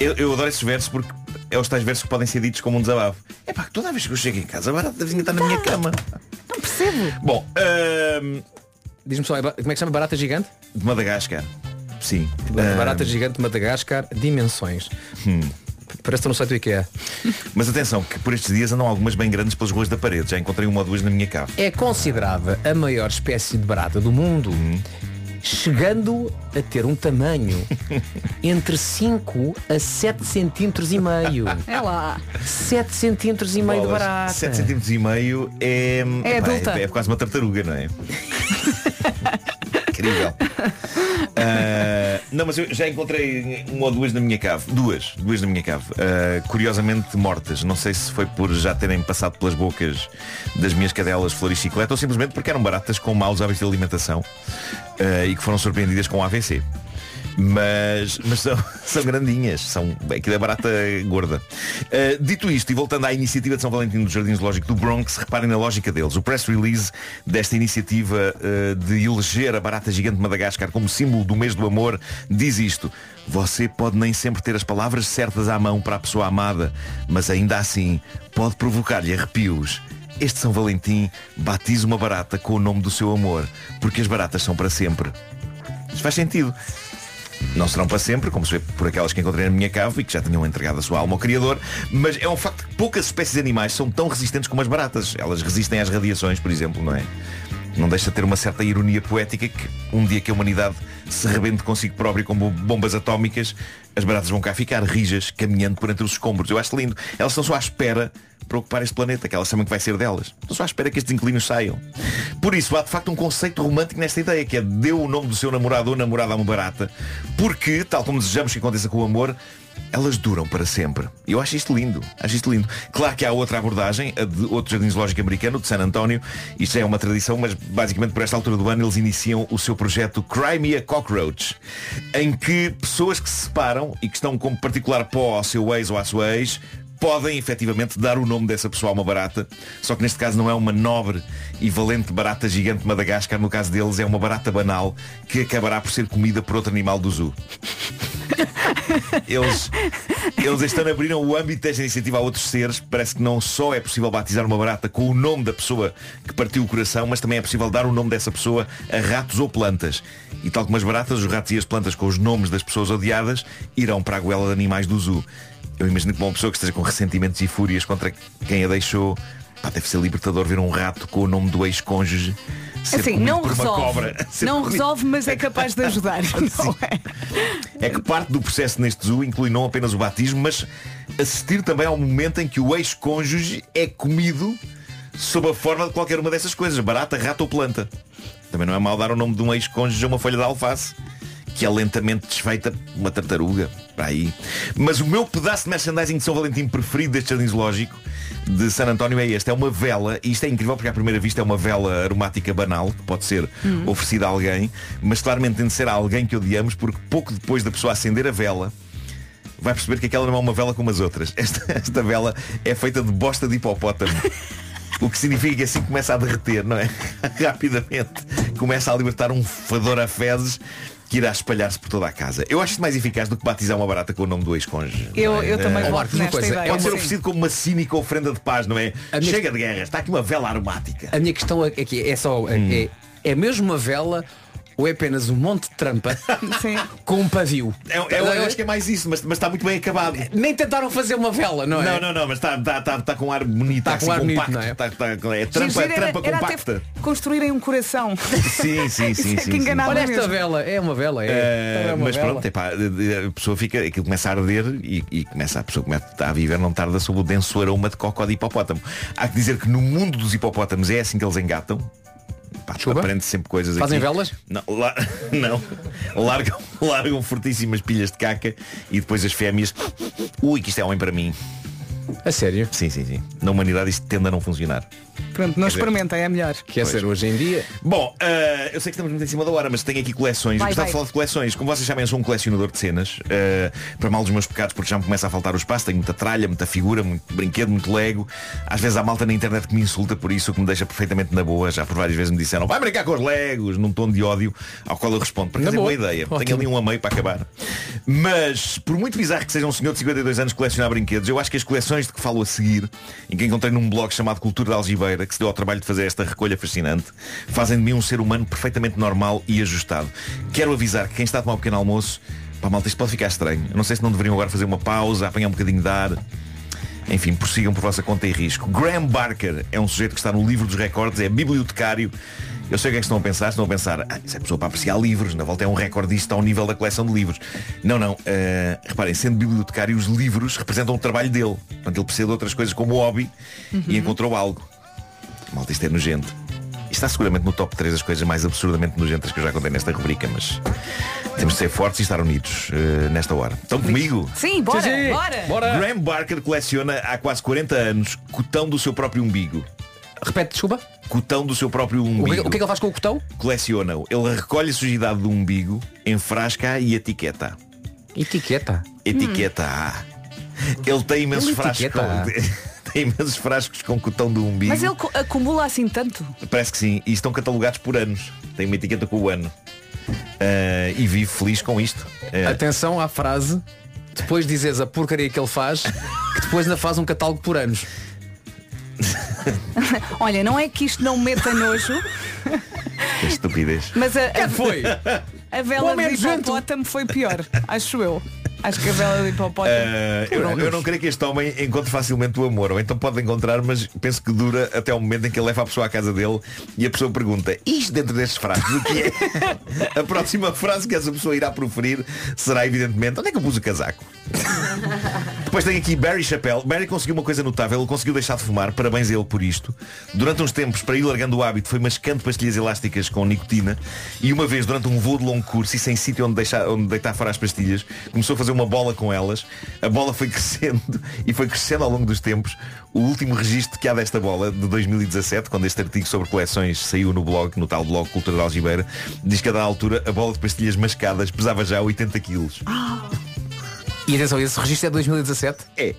Speaker 12: Eu, eu adoro esses versos porque é os tais versos que podem ser ditos como um desabafo. É pá, toda vez que eu chego em casa, a barata da vizinha está na minha cama.
Speaker 2: Tá. Não percebo.
Speaker 12: Bom, ahm,
Speaker 8: Diz-me só, é ba- como é que chama barata gigante?
Speaker 12: de Madagascar. Sim.
Speaker 8: Barata
Speaker 12: Ahm,
Speaker 8: gigante de Madagascar, dimensões.
Speaker 12: Hum.
Speaker 8: Parece que é. estou no site do IKEA.
Speaker 12: Ehm, Mas atenção, que por estes dias andam algumas bem grandes pelas ruas da parede. Já encontrei uma ou duas na minha cave.
Speaker 8: É considerada a maior espécie de barata do mundo,
Speaker 12: Hum.
Speaker 8: chegando a ter um tamanho entre 5 a 7 centímetros e meio.
Speaker 2: É lá.
Speaker 8: 7 centímetros e meio de
Speaker 12: Bolas,
Speaker 8: barata.
Speaker 12: sete centímetros e meio é,
Speaker 8: É
Speaker 12: epá,
Speaker 8: adulta.
Speaker 12: é, é quase uma tartaruga, não é? Incrível. Ah, não, mas eu já encontrei uma ou duas na minha cave. Duas, duas na minha cave. Ah, curiosamente mortas. Não sei se foi por já terem passado pelas bocas das minhas cadelas flores chiclete ou simplesmente porque eram baratas com maus hábitos de alimentação ah, e que foram surpreendidas com AVC. Mas, mas são, são grandinhas, são aquilo é barata gorda. Uh, dito isto, e voltando à iniciativa de São Valentim dos Jardins Lógico do Bronx, reparem na lógica deles. O press release desta iniciativa uh, de eleger a barata gigante de Madagascar como símbolo do mês do amor diz isto. Você pode nem sempre ter as palavras certas à mão para a pessoa amada, mas ainda assim pode provocar-lhe arrepios. Este São Valentim batiza uma barata com o nome do seu amor, porque as baratas são para sempre. Isto faz sentido. Não serão para sempre, como se vê por aquelas que encontrei na minha cave e que já tinham entregado a sua alma ao Criador, mas é um facto que poucas espécies de animais são tão resistentes como as baratas. Elas resistem às radiações, por exemplo, não é? Não deixa de ter uma certa ironia poética que um dia que a humanidade se rebente consigo própria com bom- bombas atómicas, as baratas vão cá ficar rijas, caminhando por entre os escombros. Eu acho lindo. Elas estão só à espera para ocupar este planeta, que elas sabem que vai ser delas. Estou só à espera que estes inquilinos saiam. Por isso, há de facto um conceito romântico nesta ideia, que é deu o nome do seu namorado ou namorada a uma barata, porque, tal como desejamos que aconteça com o amor, elas duram para sempre. E Eu acho isto lindo. Acho isto lindo. Claro que há outra abordagem, a de outro jardim zoológico americano, de San Antonio. Isto já é uma tradição, mas basicamente por esta altura do ano eles iniciam o seu projeto Cry Me a Cockroach, em que pessoas que se separam e que estão com particular pó ao seu ex ou à sua ex podem efetivamente dar o nome dessa pessoa a uma barata, só que neste caso não é uma nobre e valente barata gigante de Madagascar, no caso deles é uma barata banal que acabará por ser comida por outro animal do zoo. Eles, eles este ano abriram o âmbito desta iniciativa a outros seres. Parece que não só é possível batizar uma barata com o nome da pessoa que partiu o coração, mas também é possível dar o nome dessa pessoa a ratos ou plantas. E tal como as baratas, os ratos e as plantas com os nomes das pessoas odiadas irão para a goela de animais do zoo. Eu imagino que uma pessoa que esteja com ressentimentos e fúrias contra quem a deixou, pá, deve ser libertador ver um rato com o nome do ex-cônjuge. ser
Speaker 2: Assim,
Speaker 12: comido
Speaker 2: não
Speaker 12: por uma
Speaker 2: resolve.
Speaker 12: cobra. Ser
Speaker 2: Não
Speaker 12: comido-
Speaker 2: resolve, mas é capaz de ajudar. Não é?
Speaker 12: é que parte do processo neste zoo inclui não apenas o batismo, mas assistir também ao momento em que o ex-cônjuge é comido sob a forma de qualquer uma dessas coisas, barata, rato ou planta. Também não é mal dar o nome de um ex-cônjuge a uma folha de alface, que é lentamente desfeita por uma tartaruga, para aí. Mas o meu pedaço de merchandising de São Valentim preferido deste jardim zoológico de San António é este. É uma vela, e isto é incrível porque à primeira vista é uma vela aromática banal, que pode ser
Speaker 15: Hum.
Speaker 12: oferecida a alguém, mas claramente tem de ser a alguém que odiamos, porque pouco depois da pessoa acender a vela, vai perceber que aquela não é uma vela como as outras. Esta, esta vela é feita de bosta de hipopótamo. O que significa que assim começa a derreter, não é? Rapidamente. Começa a libertar um fedor a fezes que irá espalhar-se por toda a casa. Eu acho isto mais eficaz do que batizar uma barata com o nome do ex-cônjuge.
Speaker 2: Eu-
Speaker 12: não é?
Speaker 2: eu também
Speaker 12: Eh,
Speaker 2: voto Marcos, É uma nesta coisa, ideia,
Speaker 12: Pode ser
Speaker 2: sim.
Speaker 12: oferecido como uma cínica ofrenda de paz, não é? Chega de guerras, está aqui uma vela aromática.
Speaker 8: A minha questão é que é só.
Speaker 12: Hum.
Speaker 8: É, é mesmo uma vela ou é apenas um monte de trampa com um pavio?
Speaker 12: É, eu, eu acho que é mais isso, mas, mas está muito bem acabado.
Speaker 2: É,
Speaker 8: Nem tentaram fazer uma vela, não é?
Speaker 12: Não, não, não, mas está tá, tá, tá com ar bonito, está
Speaker 8: Tá com ar bonito,
Speaker 12: compacto.
Speaker 8: não é?
Speaker 12: tá- tá- é trampa,
Speaker 2: Giro,
Speaker 12: é
Speaker 2: giro,
Speaker 12: trampa
Speaker 2: era, era
Speaker 12: compacta.
Speaker 2: até construírem um coração.
Speaker 12: Sim, sim,
Speaker 2: Isso
Speaker 12: sim.
Speaker 2: é que
Speaker 12: sim, sim.
Speaker 2: enganava
Speaker 8: Olha esta
Speaker 2: mesmo.
Speaker 8: vela, é uma vela, é.
Speaker 12: Eh,
Speaker 8: é uma
Speaker 12: mas
Speaker 8: vela.
Speaker 12: pronto, epá, a pessoa fica, aquilo começa a arder e, e começa, a pessoa começa a viver não tarda sob o denso aroma de cocó de hipopótamo. Há que dizer que no mundo dos hipopótamos é assim que eles engatam. Pá, aprende sempre coisas
Speaker 8: Fazem
Speaker 12: aqui.
Speaker 8: velas?
Speaker 12: Não, la- não. Largam, largam fortíssimas pilhas de caca e depois as fêmeas. Ui, que isto é homem para mim.
Speaker 8: A sério?
Speaker 12: Sim, sim, sim. Na humanidade isto tende a não funcionar.
Speaker 2: Pronto, não
Speaker 12: Quer dizer,
Speaker 2: experimentem, é melhor.
Speaker 12: Pois.
Speaker 8: hoje em dia?
Speaker 12: Bom, eh, eu sei que estamos muito em cima da hora, mas tenho aqui coleções.
Speaker 2: Vai,
Speaker 12: Eu Gostava
Speaker 2: vai.
Speaker 12: de falar de coleções. Como vocês sabem, eu sou um colecionador de cenas. eh, para mal dos meus pecados, porque já me começa a faltar o espaço. Tenho muita tralha, muita figura, muito brinquedo, muito lego. Às vezes há malta na internet que me insulta por isso, o que me deixa perfeitamente na boa. Já por várias vezes me disseram, vai brincar com os legos, num tom de ódio, ao qual eu respondo. Para
Speaker 8: Na
Speaker 12: é boa
Speaker 8: boa.
Speaker 12: ideia.
Speaker 8: Ótimo.
Speaker 12: Tenho ali um a meio para acabar. Mas, por muito bizarro que seja um senhor de 52 anos colecionar brinquedos, eu acho que as coleções de que falo a seguir, em que encontrei num blog chamado Cultura da Algibeira, que se deu ao trabalho de fazer esta recolha fascinante, fazem de mim um ser humano perfeitamente normal e ajustado. Quero avisar que quem está a tomar um pequeno almoço, pá malta, isto pode ficar estranho. Eu não sei se não deveriam agora fazer uma pausa, apanhar um bocadinho de ar. Enfim, prossigam por vossa conta e risco. Graham Barker é um sujeito que está no livro dos recordes, é bibliotecário. Eu sei o que é que estão a pensar, estão a pensar, ah, isso é pessoa para apreciar livros, na volta é um recordista ao nível da coleção de livros. Não, não, eh, reparem, sendo bibliotecário, os livros representam o trabalho dele. Portanto, ele precisa de outras coisas como hobby e encontrou algo. Malta, isto é nojento. Isto está seguramente no top 3 das coisas mais absurdamente nojentas que eu já contei nesta rubrica, mas temos de ser fortes e estar unidos eh, nesta hora. Estão comigo?
Speaker 2: Sim, bora, bora.
Speaker 12: Graham Barker coleciona há quase 40 anos cotão do seu próprio umbigo.
Speaker 8: Repete, desculpa?
Speaker 12: Cotão do seu próprio umbigo.
Speaker 8: O que, o que é que ele faz com o cotão?
Speaker 12: Coleciona-o. Ele recolhe a sujidade do umbigo, enfrasca-a e etiqueta.
Speaker 8: Etiqueta.
Speaker 12: Etiqueta-a. Ele tem imensos
Speaker 2: Ele
Speaker 12: frascos. Com... tem imensos frascos com cotão do umbigo.
Speaker 2: Mas ele co- acumula assim tanto.
Speaker 12: Parece que sim. E estão catalogados por anos. Tem uma etiqueta com o ano. Ah, e vive feliz com isto. Ah,
Speaker 8: Atenção à frase, depois dizes a porcaria que ele faz, que depois ainda faz um catálogo por anos.
Speaker 2: Olha, não é que isto não meta nojo,
Speaker 12: que É estupidez.
Speaker 2: mas a, a,
Speaker 8: foi?
Speaker 2: a vela de hipopótamo foi pior, acho eu.
Speaker 5: Às cabelas de hipopótamo.
Speaker 12: Ah, eu, não, eu não creio que este homem encontre facilmente o amor, ou então pode encontrar, mas penso que dura até o momento em que ele leva a pessoa à casa dele e a pessoa pergunta, isto dentro destes frascos, o que é? A próxima frase que essa pessoa irá proferir será evidentemente, onde é que eu pus o casaco? Depois tem aqui Barry Chappelle. Barry conseguiu uma coisa notável, ele conseguiu deixar de fumar, parabéns a ele por isto. Durante uns tempos, para ir largando o hábito, foi mascando pastilhas elásticas com nicotina e uma vez, durante um voo de longo curso e sem sítio onde, deixar, onde deitar fora as pastilhas, começou a fazer uma bola com elas. A bola foi crescendo e foi crescendo ao longo dos tempos. O último registro que há desta bola, de 2017, quando este artigo sobre coleções saiu no blog, no tal blog Cultura da Algibeira, diz que a dada altura a bola de pastilhas mascadas pesava já 80 quilos.
Speaker 8: Ah. E atenção, esse registro é de 2017?
Speaker 12: É.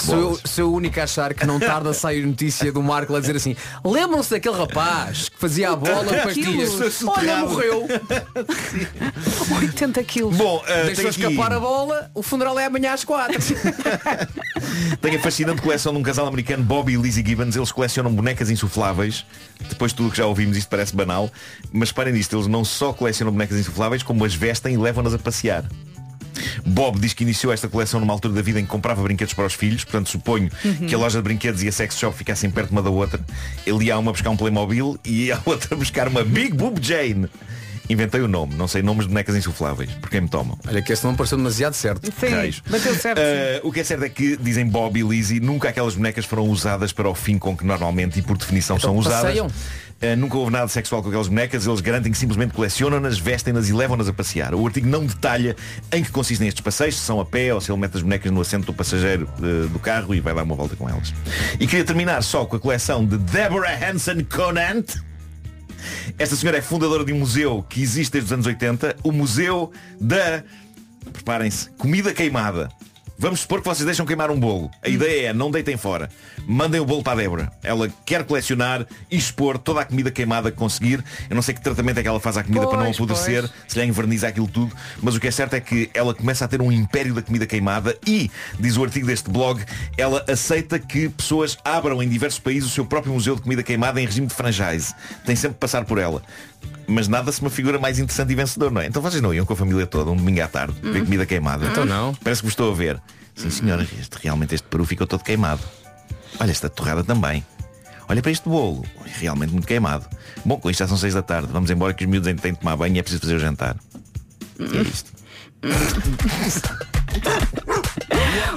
Speaker 8: Sou eu, sou eu o único a achar que não tarda a sair notícia do Marco a dizer assim Lembram-se daquele rapaz que fazia a bola com pastilhas Olha, morreu
Speaker 2: 80 quilos
Speaker 12: Bom, ah,
Speaker 8: Deixou
Speaker 12: tem aqui-
Speaker 8: escapar a bola O funeral é amanhã às 4
Speaker 12: Tem a fascinante coleção de um casal americano, Bobby e Lizzie Gibbons. Eles colecionam bonecas insufláveis. Depois de tudo o que já ouvimos, isto parece banal. Mas parem nisto, eles não só colecionam bonecas insufláveis, como as vestem e levam-nas a passear. Bob diz que iniciou esta coleção numa altura da vida em que comprava brinquedos para os filhos, portanto suponho
Speaker 15: Uhum.
Speaker 12: que a loja de brinquedos e a sex shop ficassem perto uma da outra. Ele ia a uma buscar um Playmobil e ia a outra buscar uma Big Boob Jane. Inventei o nome, não sei nomes de bonecas insufláveis, porque é me tomam.
Speaker 8: Olha que esse não pareceu demasiado
Speaker 12: Eh,
Speaker 8: certo.
Speaker 2: Sim, bateu certo,
Speaker 12: Ah, o que é certo é que, dizem Bob e Lizzie, nunca aquelas bonecas foram usadas para o fim com que normalmente e por definição são usadas.
Speaker 8: passeiam.
Speaker 12: Ah, nunca houve nada sexual com aquelas bonecas, eles garantem que simplesmente colecionam-nas, vestem-nas e levam-nas a passear. O artigo não detalha em que consistem estes passeios, se são a pé ou se ele mete as bonecas no assento do passageiro eh, do carro e vai dar uma volta com elas. E queria terminar só com a coleção de Deborah Hanson Conant. Esta senhora é fundadora de um museu que existe desde os anos 80, o Museu da preparem-se, comida queimada. Vamos supor que vocês deixam queimar um bolo. A
Speaker 15: Hum.
Speaker 12: ideia é, não deitem fora. Mandem o bolo para a Débora. Ela quer colecionar e expor toda a comida queimada que conseguir. Eu não sei que tratamento é que ela faz à comida para não
Speaker 15: Pois,
Speaker 12: apodrecer,
Speaker 15: pois.
Speaker 12: se lhe enverniza aquilo tudo, mas o que é certo é que ela começa a ter um império da comida queimada e, diz o artigo deste blog, ela aceita que pessoas abram em diversos países o seu próprio museu de comida queimada em regime de franchise. Tem sempre que passar por ela. Mas nada se uma figura mais interessante e vencedor, não é? Então vocês não iam com a família toda um domingo à tarde ver
Speaker 15: Hum.
Speaker 12: comida queimada.
Speaker 15: Então não.
Speaker 12: Parece que gostou a ver. Sim senhoras, este, realmente este peru ficou todo queimado. Olha esta torrada também. Olha para este bolo. Olha, Realmente muito queimado. Bom, com isto já são seis da tarde. Vamos embora que os miúdos ainda têm de tomar banho e é preciso fazer o jantar. E é isto.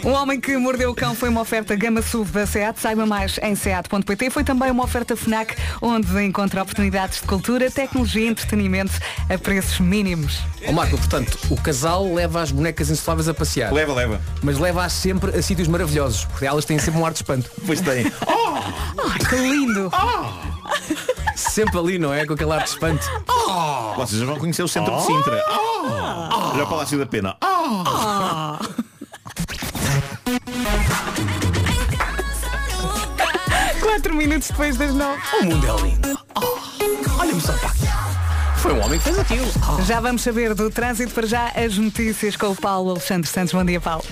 Speaker 2: O Um Homem que Mordeu o Cão foi uma oferta Gama SUV da SEAT. Saiba mais em seat.pt. Foi também uma oferta FNAC, onde encontra oportunidades de cultura, tecnologia e entretenimento a preços mínimos.
Speaker 8: Ó Marco, portanto, o casal leva as bonecas insufláveis a passear.
Speaker 12: Leva, leva.
Speaker 8: Mas leva-as sempre a sítios maravilhosos, porque elas têm sempre um ar de espanto.
Speaker 12: Pois têm.
Speaker 2: Oh, que lindo!
Speaker 8: Sempre ali, não é? Com aquele ar de espanto.
Speaker 12: Vocês já vão conhecer o centro de Sintra. Já o Palácio da Pena.
Speaker 2: Quatro minutos depois das nove.
Speaker 8: O mundo é lindo. Olha-me só, pá. Foi um homem que fez aquilo.
Speaker 2: Já vamos saber do trânsito para já as notícias com o Paulo Alexandre Santos. Bom dia, Paulo.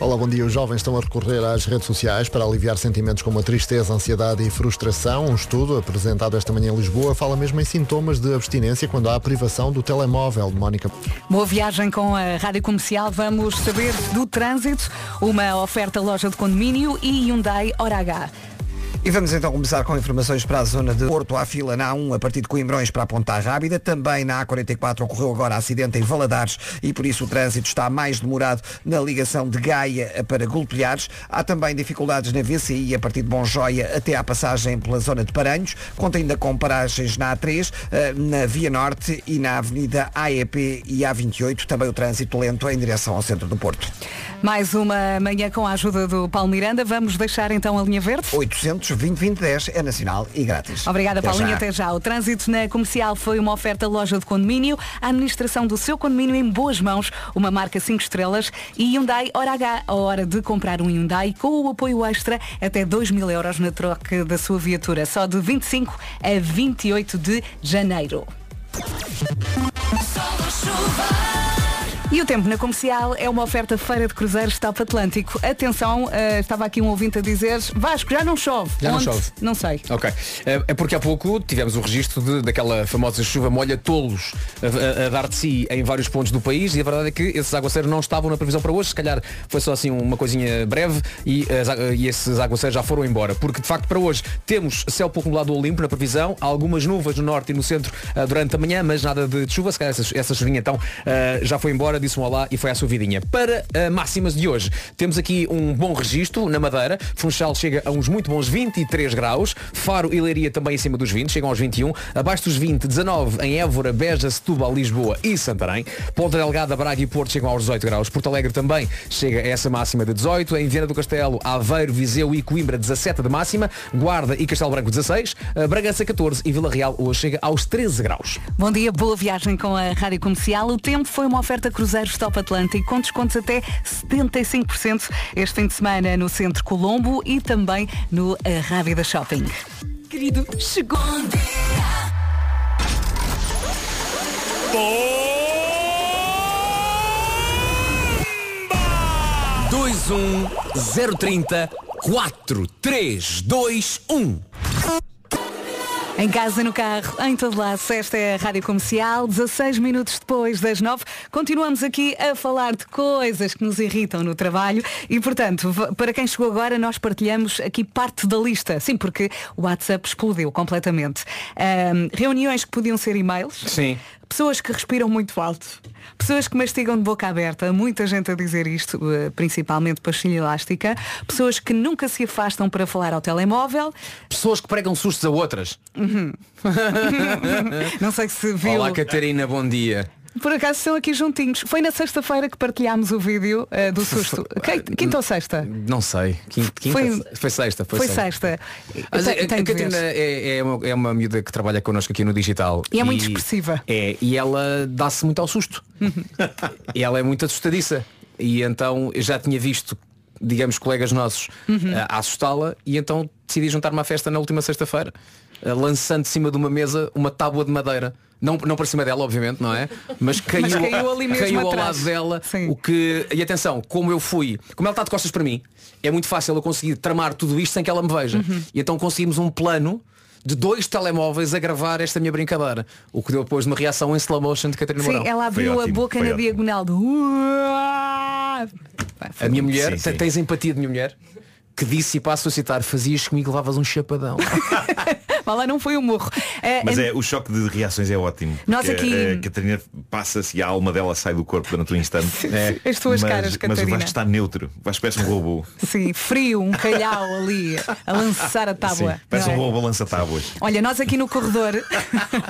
Speaker 7: Olá, bom dia. Os jovens estão a recorrer às redes sociais para aliviar sentimentos como a tristeza, ansiedade e frustração. Um estudo apresentado esta manhã em Lisboa fala mesmo em sintomas de abstinência quando há a privação do telemóvel. Mónica.
Speaker 2: Boa viagem com a Rádio Comercial. Vamos saber do trânsito, uma oferta loja de condomínio e Hyundai Hora H.
Speaker 4: E vamos então começar com informações para a zona de Porto. Há fila na A1 a partir de Coimbrões para a Ponta Rábida. Também na A44 ocorreu agora acidente em Valadares e por isso o trânsito está mais demorado na ligação de Gaia para Gulpilhares. Há também dificuldades na VCI a partir de Bonjoia até à passagem pela zona de Paranhos. Conta ainda com paragens na A3, eh, na Via Norte e na Avenida AEP e A28. Também o trânsito lento em direção ao centro do Porto.
Speaker 2: Mais uma manhã com a ajuda do Paulo Miranda. Vamos deixar então a linha verde.
Speaker 4: 800 2010 é nacional e grátis.
Speaker 2: Obrigada,
Speaker 4: Até
Speaker 2: Paulinha.
Speaker 4: já.
Speaker 2: Até já. O trânsito na comercial foi uma oferta loja de condomínio, a administração do seu condomínio em boas mãos, uma marca 5 estrelas e Hyundai Hora H, a hora de comprar um Hyundai com o apoio extra até 2 mil euros na troca da sua viatura, só de 25 a 28 de janeiro. E E o tempo na comercial é uma oferta feira de cruzeiros Top Atlântico. Atenção, eh, estava aqui um ouvinte a dizer, Vasco, já não chove.
Speaker 8: Já não
Speaker 2: Onde?
Speaker 8: chove.
Speaker 2: Não sei.
Speaker 8: Ok. É é porque há pouco tivemos o registro de- daquela famosa chuva molha tolos a, a- a dar de si em vários pontos do país e a verdade é que esses aguaceiros não estavam na previsão para hoje. Se calhar foi só assim uma coisinha breve e, as a- e esses aguaceiros já foram embora. Porque de facto para hoje temos céu pouco nublado ou limpo na previsão, algumas nuvens no norte e no centro ah, durante a manhã, mas nada de, de chuva. Se calhar essa, essa chuvinha então ah, já foi embora, disse um olá e foi à sua vidinha. Para ah, máximas de hoje, temos aqui um bom registro na Madeira. Funchal chega a uns muito bons 23 graus. Faro e Leiria também acima dos 20, chegam aos 21. Abaixo dos 20, 19 em Évora, Beja, Setúbal, Lisboa e Santarém. Ponta Delgada, Braga e Porto chegam aos 18 graus. Porto Alegre também chega a essa máxima de 18. Em Viana do Castelo, Aveiro, Viseu e Coimbra, 17 de máxima. Guarda e Castelo Branco, 16. Eh, Bragança, 14. E Vila Real hoje chega aos 13 graus.
Speaker 2: Bom dia, boa viagem com a Rádio Comercial. O tempo foi uma oferta Cruzeiros Top Atlântico com descontos até 75% este fim de semana no Centro Colombo e também no eh, Rábida Shopping. Querido, chegou.
Speaker 15: dois um zero trinta quatro três dois um
Speaker 2: Em casa, no carro, em todo lado, esta é a Rádio Comercial, 16 minutos depois das 9, continuamos aqui a falar de coisas que nos irritam no trabalho e, portanto, v- para quem chegou agora, nós partilhamos aqui parte da lista, sim, porque o WhatsApp explodiu completamente. Ahm, reuniões que podiam ser e-mails,
Speaker 8: Sim.
Speaker 2: Pessoas que respiram muito alto, pessoas que mastigam de boca aberta, muita gente a dizer isto, eh, principalmente pastilha elástica, pessoas que nunca se afastam para falar ao telemóvel.
Speaker 8: Pessoas que pregam sustos a outras.
Speaker 2: Uhum. Não sei se viu.
Speaker 8: Olá, Catarina, bom dia.
Speaker 2: Por acaso estão aqui juntinhos. Foi na sexta-feira que partilhámos o vídeo eh, do susto. Que- Quinta ou sexta?
Speaker 8: Ah, Não sei. Quinta, quinta-
Speaker 2: Foi-
Speaker 8: foi, sexta. Foi,
Speaker 2: Foi
Speaker 8: sexta.
Speaker 2: sexta.
Speaker 8: Mas a,
Speaker 2: Tem-
Speaker 8: a
Speaker 2: tem de ver.
Speaker 8: Catarina é, é uma, é uma miúda que trabalha connosco aqui no digital.
Speaker 2: E é muito expressiva. Uhum.
Speaker 8: É, e ela dá-se muito ao susto. e ela é muito assustadiça. E então eu já tinha visto, digamos, colegas nossos
Speaker 2: Uhum.
Speaker 8: ah, a assustá-la e então decidi juntar uma festa na última sexta-feira, ah, lançando de cima de uma mesa uma tábua de madeira. Não, não para cima dela, obviamente, não é? Mas caiu,
Speaker 2: Mas caiu ali mesmo
Speaker 8: caiu ao
Speaker 2: atrás.
Speaker 8: lado dela. O que, e atenção, como eu fui, como ela está de costas para mim, é muito fácil eu conseguir tramar tudo isto sem que ela me veja.
Speaker 2: Uhum.
Speaker 8: E então conseguimos um plano de dois telemóveis a gravar esta minha brincadeira. O que deu depois uma reação em slow motion de Catarina
Speaker 2: Sim,
Speaker 8: Mourão.
Speaker 2: ela abriu a boca na diagonal do. Uá!
Speaker 8: A minha mulher,
Speaker 2: Sim,
Speaker 8: te- tens empatia de minha mulher? Que disse e passo a citar, fazias comigo, levavas um chapadão.
Speaker 2: Mas lá não foi um morro. Eh,
Speaker 12: Mas
Speaker 2: eh,
Speaker 12: é, o choque de reações é ótimo.
Speaker 2: Nós
Speaker 12: porque,
Speaker 2: aqui-
Speaker 12: eh, A, Catarina passa-se e a alma dela sai do corpo durante um instante. É.
Speaker 2: As tuas
Speaker 12: mas,
Speaker 2: caras,
Speaker 12: Mas o
Speaker 2: Catarina.
Speaker 12: Vasco está neutro. O Vasco parece um robô.
Speaker 2: Sim, frio, um calhau ali, a lançar a tábua.
Speaker 12: Sim, parece
Speaker 2: não
Speaker 12: um
Speaker 2: é?
Speaker 12: robô lança-tábuas.
Speaker 2: Olha, nós aqui no corredor.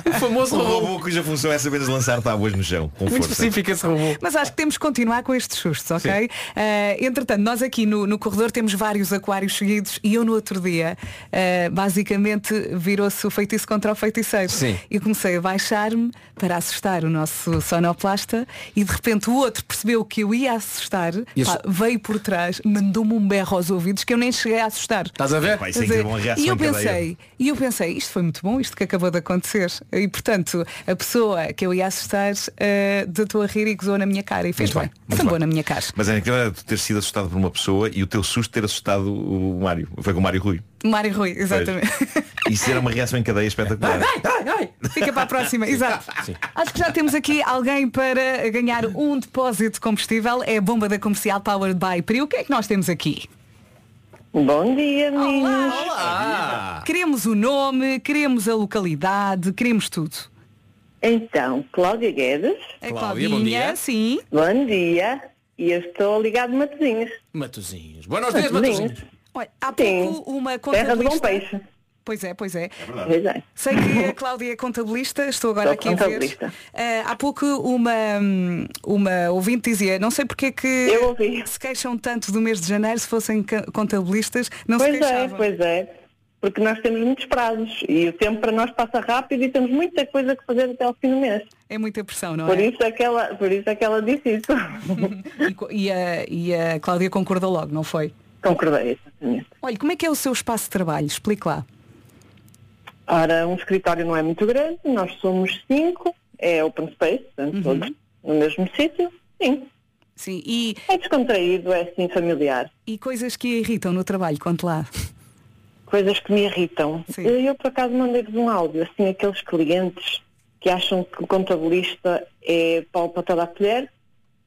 Speaker 2: o
Speaker 8: famoso
Speaker 12: Um robô cuja função é saber lançar tábuas no chão. Com
Speaker 2: Oh! Muito
Speaker 12: força.
Speaker 2: específico
Speaker 8: esse robô.
Speaker 2: Mas acho que temos que continuar com estes sustos, ok? Eh, entretanto, nós aqui no, no corredor temos vários aquários seguidos e eu no outro dia eh, basicamente virou-se o feitiço contra o feiticeiro.
Speaker 8: Sim.
Speaker 2: E comecei a baixar-me para assustar o nosso sonoplasta e de repente o outro percebeu que eu ia assustar,
Speaker 8: E
Speaker 2: pá,
Speaker 8: assu-
Speaker 2: veio por trás, mandou-me um berro aos ouvidos que eu nem cheguei a assustar.
Speaker 8: Estás a ver? Pá, isso é
Speaker 2: Quer dizer,
Speaker 8: incrível, uma reação
Speaker 2: e eu
Speaker 8: em cadeia.
Speaker 2: pensei, e eu pensei, isto foi muito bom, isto que acabou de acontecer. E portanto, a pessoa que eu ia assustar eh, deitou a rir e gozou na minha cara e fez
Speaker 12: Muito
Speaker 2: bem.
Speaker 12: bem, muito
Speaker 2: Foi boa
Speaker 12: bem.
Speaker 2: na minha cara.
Speaker 12: Mas é incrível era tu ter sido assustado por uma pessoa e o teu susto ter assustado o Mário. Foi com o Mário Rui.
Speaker 2: Mário Rui, exatamente.
Speaker 12: Isso era uma reação em cadeia espetacular.
Speaker 2: Fica para a próxima, exato.
Speaker 12: Sim.
Speaker 2: Acho que já temos aqui alguém para ganhar um depósito de combustível. É a bomba da comercial Powered by Pri. O que é que nós temos aqui?
Speaker 10: Bom dia, meninas.
Speaker 2: Queremos o nome, queremos a localidade, queremos tudo.
Speaker 10: Então, Cláudia Guedes.
Speaker 2: A Cláudia, bom dia. É Sim.
Speaker 10: Bom dia. E eu estou ligado de Matozinhos.
Speaker 8: Matozinhos. Buenos dias, Matozinhos.
Speaker 2: Olha, há
Speaker 10: Sim.
Speaker 2: pouco uma
Speaker 10: Terra de bom
Speaker 2: contabilista-
Speaker 10: peixe.
Speaker 2: Pois é, pois é.
Speaker 10: verdade. Pois é.
Speaker 2: Sei que a Cláudia é contabilista, estou agora
Speaker 10: Sou
Speaker 2: aqui a ver.
Speaker 10: contabilista.
Speaker 2: Eh, há pouco uma, uma ouvinte dizia, não sei porque é que se queixam tanto do mês de janeiro, se fossem ca- contabilistas, não
Speaker 10: pois
Speaker 2: se
Speaker 10: é,
Speaker 2: queixavam.
Speaker 10: pois é. Porque nós temos muitos prazos e o tempo para nós passa rápido e temos muita coisa que fazer até ao fim do mês.
Speaker 2: É muita pressão, não
Speaker 10: por
Speaker 2: é?
Speaker 10: Isso é que ela, por isso é que ela disse isso.
Speaker 2: E co- E, a, e a Cláudia concordou logo, não foi?
Speaker 10: Concordei, exatamente.
Speaker 2: Olha, como é que é o seu espaço de trabalho? Explique lá.
Speaker 10: Ora, um escritório não é muito grande, nós somos cinco, é open space, portanto, todos no mesmo sítio. Sim.
Speaker 2: Sim, e...
Speaker 10: É descontraído, é assim familiar.
Speaker 2: E coisas que a irritam no trabalho, conte lá.
Speaker 10: Coisas que me irritam. Eu, eu, por acaso mandei-vos um áudio, assim, aqueles clientes que acham que o contabilista é pau para toda a colher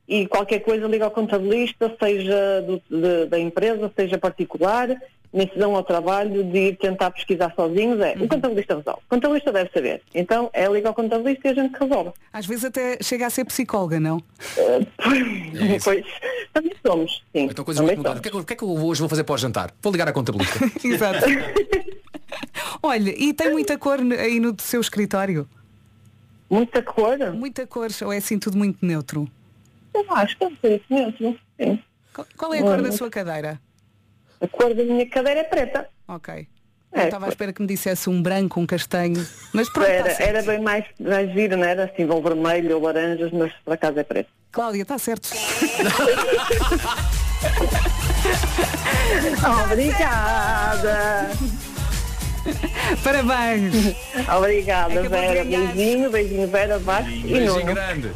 Speaker 10: e qualquer coisa liga ao contabilista, seja do- de- da empresa, seja particular, nem se dão ao trabalho de ir tentar pesquisar sozinhos. É,
Speaker 15: Uhum.
Speaker 10: o contabilista resolve. O contabilista deve saber. Então é liga ao contabilista e a gente resolve.
Speaker 2: Às vezes até chega a ser psicóloga, não?
Speaker 10: Pois, também somos, sim.
Speaker 15: É Então coisas muito mudadas. O que, é que, eu- o que é que eu hoje vou fazer para o jantar? Vou ligar à contabilista.
Speaker 2: Exato. Olha, e tem muita cor n- aí no seu escritório?
Speaker 10: Muita cor?
Speaker 2: Muita cor, ou é assim tudo muito neutro?
Speaker 10: Eu acho que deve ser isso mesmo. Sim.
Speaker 2: Qual, qual é a cor da sua cadeira?
Speaker 10: A cor da minha cadeira é preta.
Speaker 2: Ok.
Speaker 10: É,
Speaker 2: Eu estava à espera que me dissesse um branco, um castanho, mas Então pronto.
Speaker 10: Era,
Speaker 2: está certo.
Speaker 10: era bem mais, mais giro, não era assim, ou vermelho ou laranjas, mas por acaso é preto.
Speaker 2: Cláudia, está certo. Ah, tá
Speaker 10: Obrigada.
Speaker 2: Parabéns.
Speaker 10: Obrigada,
Speaker 2: Acabou de
Speaker 10: Vera.
Speaker 2: ganhar.
Speaker 10: Beijinho, beijinho, Vera, Vasco e Nuno.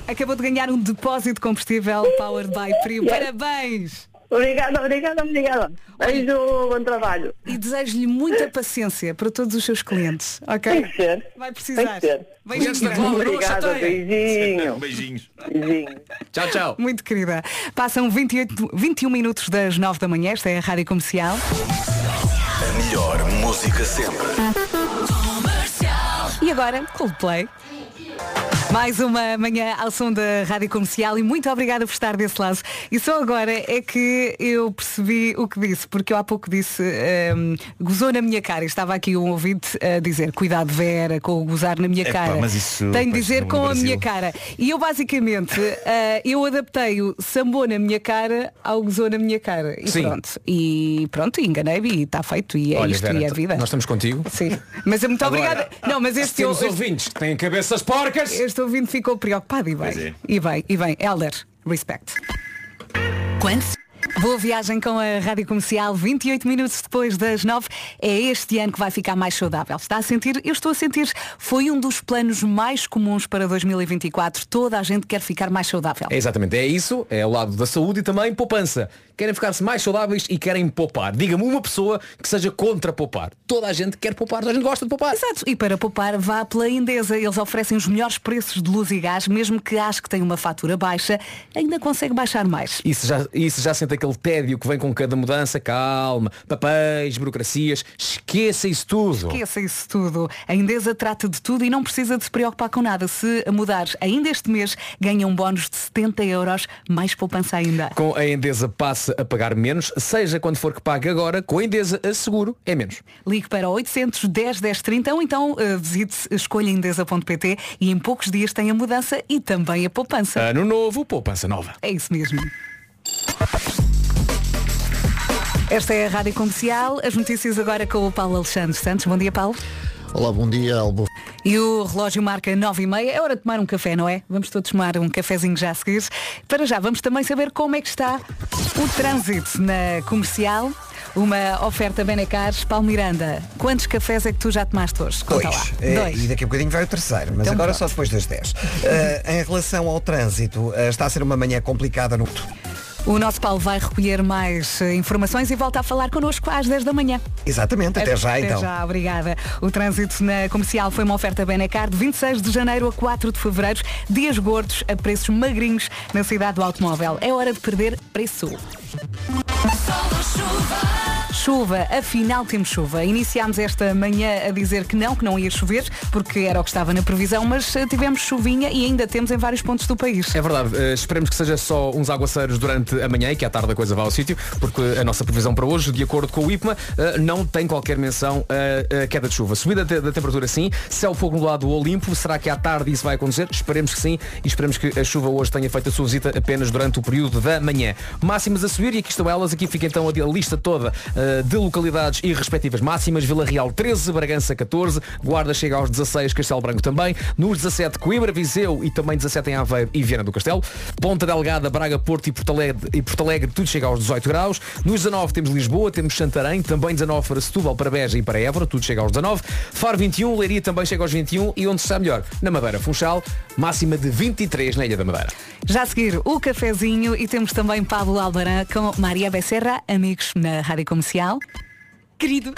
Speaker 2: Acabou de ganhar um depósito de combustível powered by Prio.
Speaker 10: Yes.
Speaker 2: Parabéns.
Speaker 10: Obrigada, obrigada, obrigada. Beijo, bom trabalho.
Speaker 2: E desejo-lhe muita paciência para todos os seus clientes, ok?
Speaker 10: Tem que ser.
Speaker 2: Vai precisar.
Speaker 10: Tem que ser.
Speaker 2: Beijinhos
Speaker 10: Obrigada,
Speaker 2: grandes.
Speaker 10: Obrigada, beijinho.
Speaker 12: Beijinhos.
Speaker 10: Beijinho.
Speaker 15: Tchau, tchau.
Speaker 2: Muito querida. Passam 28, 21 minutos das 9 da manhã, esta é a Rádio Comercial.
Speaker 1: A melhor música sempre.
Speaker 2: E agora, Coldplay. Mais uma manhã ao som da Rádio Comercial e muito obrigada por estar desse lado. E só agora é que eu percebi o que disse, porque eu há pouco disse, ehm, gozou na minha cara. E Estava aqui um ouvinte a dizer, cuidado Vera, com o gozar na minha
Speaker 12: Epá,
Speaker 2: cara.
Speaker 12: mas isso,
Speaker 2: Tenho de
Speaker 12: pois,
Speaker 2: dizer
Speaker 12: no
Speaker 2: com a
Speaker 12: Brasil.
Speaker 2: minha cara. E eu basicamente, eh, eu adaptei o sambou na minha cara ao gozou na minha cara. E
Speaker 15: Sim.
Speaker 2: pronto. E pronto, enganei-me e está feito. E é
Speaker 15: Olha,
Speaker 2: isto
Speaker 15: Vera,
Speaker 2: e é a vida.
Speaker 15: nós estamos contigo.
Speaker 2: Sim. Mas é muito obrigada. Não, mas este eu.
Speaker 15: Temos ouvintes que têm cabeças porcas.
Speaker 2: Este ouvinte ficou preocupado e
Speaker 15: Pois
Speaker 2: bem.
Speaker 15: é.
Speaker 2: E bem, e bem. Elder, respect. Quando? Boa viagem com a Rádio Comercial, 28 minutos depois das 9. É este ano que vai ficar mais saudável. Está a sentir? Eu estou a sentir. Foi um dos planos mais comuns para 2024. Toda a gente quer ficar mais saudável.
Speaker 8: É exatamente, é isso, é o lado da saúde e também poupança. Querem ficar-se mais saudáveis e querem poupar. Diga-me uma pessoa que seja contra poupar. Toda a gente quer poupar, toda a gente gosta de poupar.
Speaker 2: Exato. E para poupar, vá pela Endesa. Eles oferecem os melhores preços de luz e gás, mesmo que acho que tem uma fatura baixa, ainda consegue baixar mais.
Speaker 8: E se, já, e se já sente aquele tédio que vem com cada mudança, calma, papéis, burocracias, esqueça isso tudo.
Speaker 2: Esqueça isso tudo. A Endesa trata de tudo e não precisa de se preocupar com nada. Se mudar ainda este mês, ganha um bónus de 70 euros, mais poupança ainda.
Speaker 8: Com a Endesa passa a pagar menos, seja quando for que pague agora, com a Endesa a seguro é menos.
Speaker 2: Ligue para 810 1030 ou então eh, visite escolhaendesa.pt e em poucos dias tem a mudança e também a poupança.
Speaker 8: Ano novo, poupança nova.
Speaker 2: É isso mesmo. Esta é a Rádio Comercial. As notícias agora com o Paulo Alexandre Santos. Bom dia, Paulo.
Speaker 7: Olá, bom dia, Albo.
Speaker 2: E o relógio marca 9h30. É hora de tomar um café, não é? Vamos todos tomar um cafezinho já a seguir. Para já, vamos também saber como é que está o trânsito na comercial. Uma oferta Benecares, Paulo Miranda. Quantos cafés é que tu já tomaste hoje? Conta lá.
Speaker 4: Eh,
Speaker 2: Dois.
Speaker 4: E daqui a bocadinho vai o terceiro, mas
Speaker 2: Então
Speaker 4: agora
Speaker 2: pronto.
Speaker 4: só depois das 10. Eh, em relação ao trânsito, eh, está a ser uma manhã complicada no.
Speaker 2: O nosso Paulo vai recolher mais eh, informações e volta a falar connosco às 10 da manhã.
Speaker 4: Exatamente, até já então.
Speaker 2: já, obrigada. O trânsito na comercial foi uma oferta Benecar de 26 de janeiro a 4 de fevereiro. Dias gordos a preços magrinhos na cidade do automóvel. É hora de perder preço. Chuva, afinal temos chuva. Iniciámos esta manhã a dizer que não, que não ia chover, porque era o que estava na previsão, mas eh, tivemos chuvinha e ainda temos em vários pontos do país.
Speaker 8: É verdade, eh, esperemos que seja só uns aguaceiros durante a manhã e que à tarde a coisa vá ao sítio, porque a nossa previsão para hoje, de acordo com o IPMA, eh, não tem qualquer menção a a queda de chuva. Subida te- da temperatura sim, céu pouco no lado do Olimpo, será que à tarde isso vai acontecer? Esperemos que sim e esperemos que a chuva hoje tenha feito a sua visita apenas durante o período da manhã. Máximas a subir e aqui estão elas, aqui fica então a di- a lista toda eh, de localidades e respectivas máximas, Vila Real 13, Bragança 14, Guarda chega aos 16, Castelo Branco também, nos 17 Coimbra, Viseu e também 17 em Aveiro e Viana do Castelo, Ponta Delgada, Braga, Porto e Porto Alegre, e Porto Alegre tudo chega aos 18 graus, nos 19 temos Lisboa, temos Santarém, também 19 para Setúbal, para Beja e para um, Évora, tudo chega aos 19, Faro 21, Leiria também chega aos 21 e onde está melhor? Na Madeira Funchal, máxima de 23 na Ilha da Madeira.
Speaker 2: Já a seguir, o cafezinho e temos também Pablo Albarã com Maria Becerra, amigos na Rádio Comercial. Querido.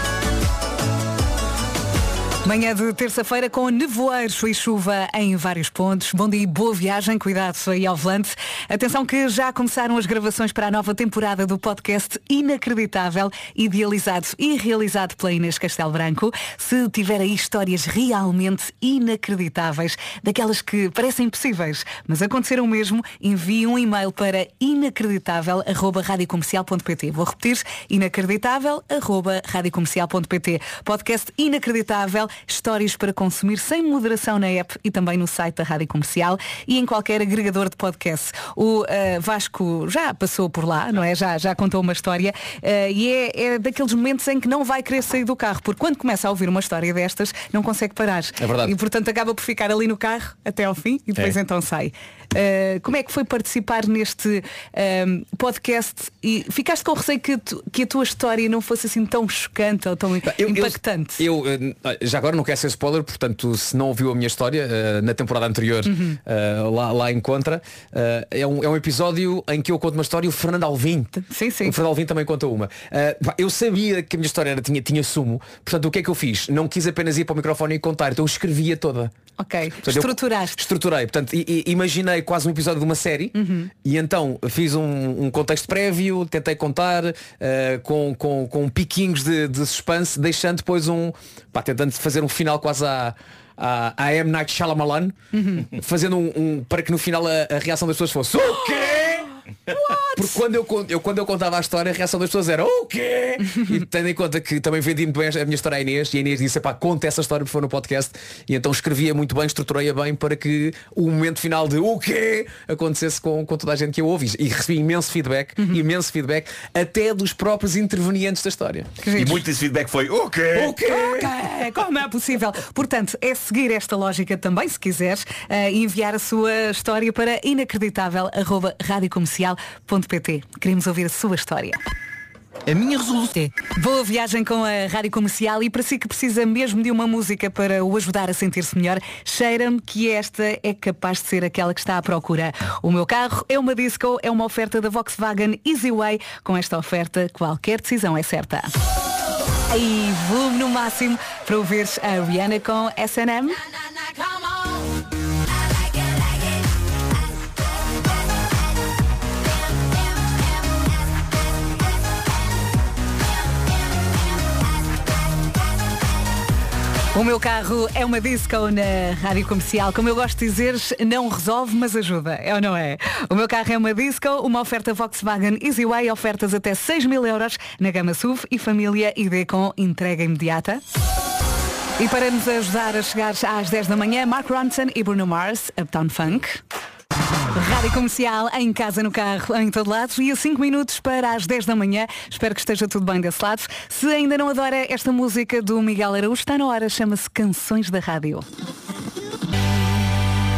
Speaker 2: Manhã de terça-feira com nevoeiros e chuva em vários pontos. Bom dia e boa viagem, cuidado aí ao volante. Atenção que já começaram as gravações para a nova temporada do podcast Inacreditável, idealizado e realizado pela Inês Castelo Branco. Se tiver aí histórias realmente inacreditáveis, daquelas que parecem impossíveis, mas aconteceram mesmo, envie um e-mail para inacreditável.radiocomercial.pt. Vou repetir, inacreditável.radiocomercial.pt. Podcast inacreditável, histórias para consumir sem moderação na app e também no site da Rádio Comercial e em qualquer agregador de podcast. O eh, Vasco já passou por lá, não é? Já, já contou uma história eh, e é, é daqueles momentos em que não vai querer sair do carro, porque quando começa a ouvir uma história destas, não consegue parar.
Speaker 8: É verdade.
Speaker 2: E portanto acaba por ficar ali no carro até ao fim e depois
Speaker 8: É.
Speaker 2: então sai. Eh, como é que foi participar neste ehm, podcast e ficaste com receio que, tu- que a tua história não fosse assim tão chocante ou tão impactante?
Speaker 8: Eu, eh, já agora não quero ser spoiler, portanto, se não ouviu a minha história, eh, na temporada anterior
Speaker 2: Uhum.
Speaker 8: eh, lá, lá encontra, eh, é, um, é um episódio em que eu conto uma história e o Fernando Alvim. O Fernando Alvim também conta uma. Eh, pá, eu sabia que a minha história era- tinha, tinha sumo, portanto, o que é que eu fiz? Não quis apenas ir para o microfone e contar, então eu escrevia toda.
Speaker 2: Ok.
Speaker 8: Portanto, eu
Speaker 2: Estruturaste.
Speaker 8: estruturei, portanto, i- i- imaginei quase um episódio de uma série
Speaker 2: Uhum.
Speaker 8: e então fiz um, um contexto prévio, tentei contar eh, com, com, com piquinhos de, de suspense, deixando depois um. pá, tentando fazer um final quase à, à, à M. Night Shyamalan,
Speaker 2: Uhum.
Speaker 8: fazendo um, um- para que no final a, a reação das pessoas fosse o quê? Porque quando eu, con- eu- quando eu contava a história, a reação das pessoas era o quê? E tendo em conta que também vendi-me bem a minha história à Inês, e a Inês disse, pá, conta essa história porque foi no podcast, e então escrevia muito bem, estruturei-a bem para que o momento final de o quê acontecesse com, com toda a gente que eu ouvi. E recebi imenso feedback,
Speaker 2: Uhum.
Speaker 8: imenso feedback, até dos próprios intervenientes da história.
Speaker 12: E muito desse feedback foi o quê?
Speaker 8: O quê?
Speaker 2: Ok, Como é possível? Portanto, é seguir esta lógica também, se quiseres, eh, e enviar a sua história para inacreditável.radiocomercial.pt. Queremos ouvir a sua história. A minha resolução é Boa viagem com a Rádio Comercial e para si que precisa mesmo de uma música para o ajudar a sentir-se melhor, cheira-me que esta é capaz de ser aquela que está à procura. O meu carro é uma disco, é uma oferta da Volkswagen Easy Way. Com esta oferta, qualquer decisão é certa. Aí, volume no máximo para ouvir a Rihanna com SNM. O meu carro é uma disco na rádio comercial. Como eu gosto de dizer, não resolve, mas ajuda. É ou não é? O meu carro é uma disco, uma oferta Volkswagen Easyway, ofertas até 6 mil euros na gama SUV e família ID com entrega imediata. E para nos ajudar a chegar às 10 da manhã, Mark Ronson e Bruno Mars, Uptown Funk. Rádio Comercial, em casa, no carro, em todo lado e a 5 minutos para as 10 da manhã. Espero que esteja tudo bem desse lado. Se ainda não adora esta música do Miguel Araújo, está na hora, chama-se Canções da Rádio.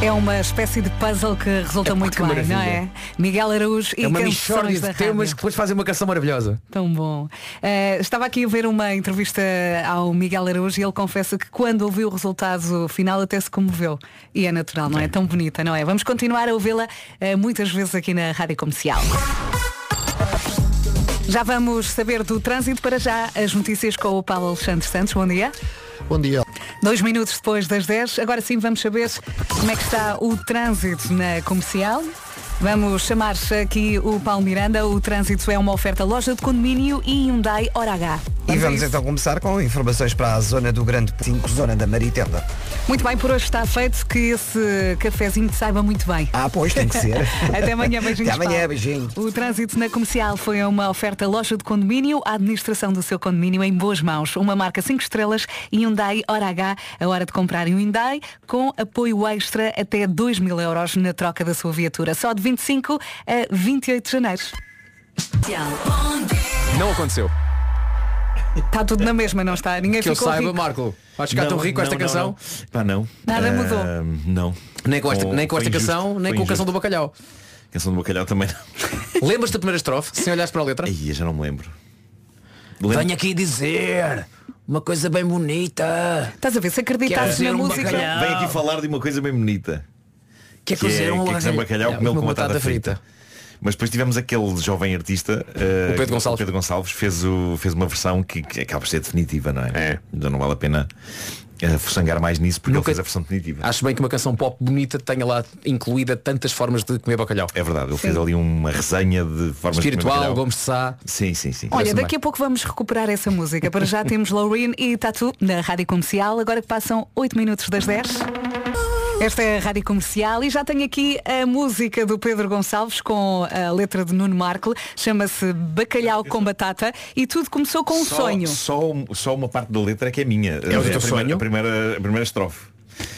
Speaker 2: É uma espécie de puzzle que resulta muito
Speaker 8: que
Speaker 2: bem,
Speaker 8: maravilha.
Speaker 2: não é? Miguel Araújo e
Speaker 8: é uma mistória
Speaker 2: Canções da
Speaker 8: de
Speaker 2: Rádio.
Speaker 8: temas que depois fazem uma canção maravilhosa.
Speaker 2: Tão bom. Eh, estava aqui a ver uma entrevista ao Miguel Araújo e ele confessa que quando ouviu o resultado final até se comoveu. E é natural, não é? Tão bonita, não é? Vamos continuar a ouvi-la eh, muitas vezes aqui na Rádio Comercial. Já vamos saber do trânsito para já as notícias com o Paulo Alexandre Santos. Bom dia.
Speaker 7: Bom dia.
Speaker 2: Dois minutos depois das 10, agora sim vamos saber como é que está o trânsito na comercial. Vamos chamar aqui o Paulo Miranda. O trânsito é uma oferta loja de condomínio e Hyundai Hora H.
Speaker 4: E vamos então começar com informações para a zona do Grande 5, zona da Maritenda.
Speaker 2: Muito bem, por hoje está feito que esse cafezinho te saiba muito bem.
Speaker 4: Ah, pois, tem que ser.
Speaker 2: Até amanhã, beijinhos.
Speaker 4: Até amanhã,
Speaker 2: Paulo.
Speaker 4: beijinho.
Speaker 2: O trânsito na comercial foi uma oferta loja de condomínio, a administração do seu condomínio em boas mãos. Uma marca 5 estrelas e um Hyundai Hora H, a hora de comprar um Hyundai, com apoio extra até 2 mil euros na troca da sua viatura. Só de 25 a 28 de janeiro.
Speaker 8: Não aconteceu.
Speaker 2: Está tudo na mesma, não está? Ninguém
Speaker 8: que eu
Speaker 2: ficou
Speaker 8: saiba,
Speaker 2: rico.
Speaker 8: Marco. Vais ficar tão
Speaker 12: Não,
Speaker 8: rico com esta
Speaker 12: não, não,
Speaker 8: canção.
Speaker 12: não. Pá, não.
Speaker 2: Nada
Speaker 12: Ah,
Speaker 2: mudou.
Speaker 12: Não.
Speaker 8: Nem com esta-
Speaker 12: Oh,
Speaker 8: nem com
Speaker 12: foi
Speaker 8: esta
Speaker 12: injusto,
Speaker 8: canção, nem
Speaker 12: foi
Speaker 8: com a
Speaker 12: injusto.
Speaker 8: canção do bacalhau.
Speaker 12: Canção do Bacalhau também não.
Speaker 8: Lembras-te da primeira estrofe, sem olhares para a letra?
Speaker 12: Aí, eu já não me lembro.
Speaker 8: Venho aqui dizer uma coisa bem bonita.
Speaker 2: Estás a ver, se acreditasses
Speaker 8: Quer
Speaker 2: na
Speaker 8: dizer um
Speaker 2: música.
Speaker 8: bacalhau.
Speaker 12: Vem aqui falar de uma coisa bem bonita. que é cozer um arroz de
Speaker 8: é
Speaker 12: bacalhau comeu com batata frita. Mas depois tivemos aquele jovem artista eh,
Speaker 8: O Pedro
Speaker 12: que-
Speaker 8: Gonçalves.
Speaker 12: Pedro Gonçalves fez, o, fez uma versão que, que acaba por ser definitiva, não é? É. Já não vale a pena eh, sangar mais nisso porque ele fez a versão definitiva.
Speaker 8: Acho bem que uma canção pop bonita tenha lá incluída tantas formas de comer bacalhau.
Speaker 12: É verdade, ele fez ali uma resenha de formas é
Speaker 8: Espiritual,
Speaker 12: de comer bacalhau.
Speaker 8: Gomes de Sá.
Speaker 12: Sim, sim, sim.
Speaker 2: Olha, daqui a pouco vamos recuperar essa música. Para já temos Laureen e Tatu na Rádio Comercial, agora que passam 8 minutos das 10. Esta é a Rádio Comercial e já tenho aqui a música do Pedro Gonçalves com a letra de Nuno Marco. Chama-se Bacalhau com Batata e tudo começou com um
Speaker 12: Só-
Speaker 2: sonho.
Speaker 12: Só, um- só uma parte da letra é que é minha.
Speaker 8: o teu
Speaker 12: a primeira,
Speaker 8: sonho?
Speaker 12: A primeira, a primeira estrofe.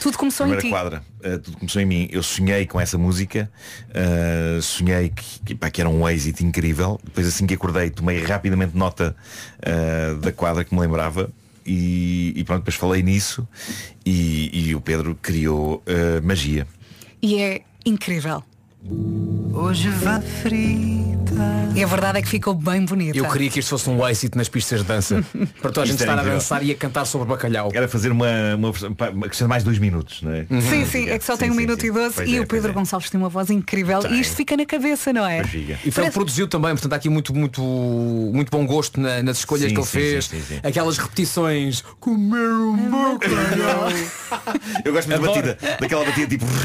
Speaker 2: Tudo começou em
Speaker 12: primeira
Speaker 2: ti.
Speaker 12: quadra. Uh, tudo começou em mim. Eu sonhei com essa música, uh, sonhei que, que, pá, que era um êxito incrível. Depois assim que acordei, tomei rapidamente nota uh, da quadra que me lembrava. E, e pronto, depois falei nisso e, e o Pedro criou uh, magia.
Speaker 2: E é incrível. Hoje vai frita. E a verdade é que ficou bem bonita.
Speaker 8: Eu queria que isto fosse um êxito nas pistas de dança. para toda a gente
Speaker 12: Isto era
Speaker 8: estar a
Speaker 12: incrível.
Speaker 8: dançar e a cantar sobre bacalhau.
Speaker 12: Era fazer uma, uma, versão- pá, uma questão de mais dois minutos, não é?
Speaker 2: Sim, sim, é que só tem um minuto e doze
Speaker 12: Pois
Speaker 2: e
Speaker 12: é,
Speaker 2: o Pedro Gonçalves tem uma voz incrível e isto fica na cabeça, não é?
Speaker 8: E foi um ele que produziu também, portanto há aqui muito, muito, muito bom gosto na- nas escolhas
Speaker 12: Sim,
Speaker 8: que ele
Speaker 12: sim,
Speaker 8: fez.
Speaker 12: sim, sim, sim.
Speaker 8: Aquelas repetições. Comer
Speaker 2: É
Speaker 8: um bacalhau.
Speaker 12: Eu gosto muito da
Speaker 8: Adoro.
Speaker 12: batida, daquela batida tipo.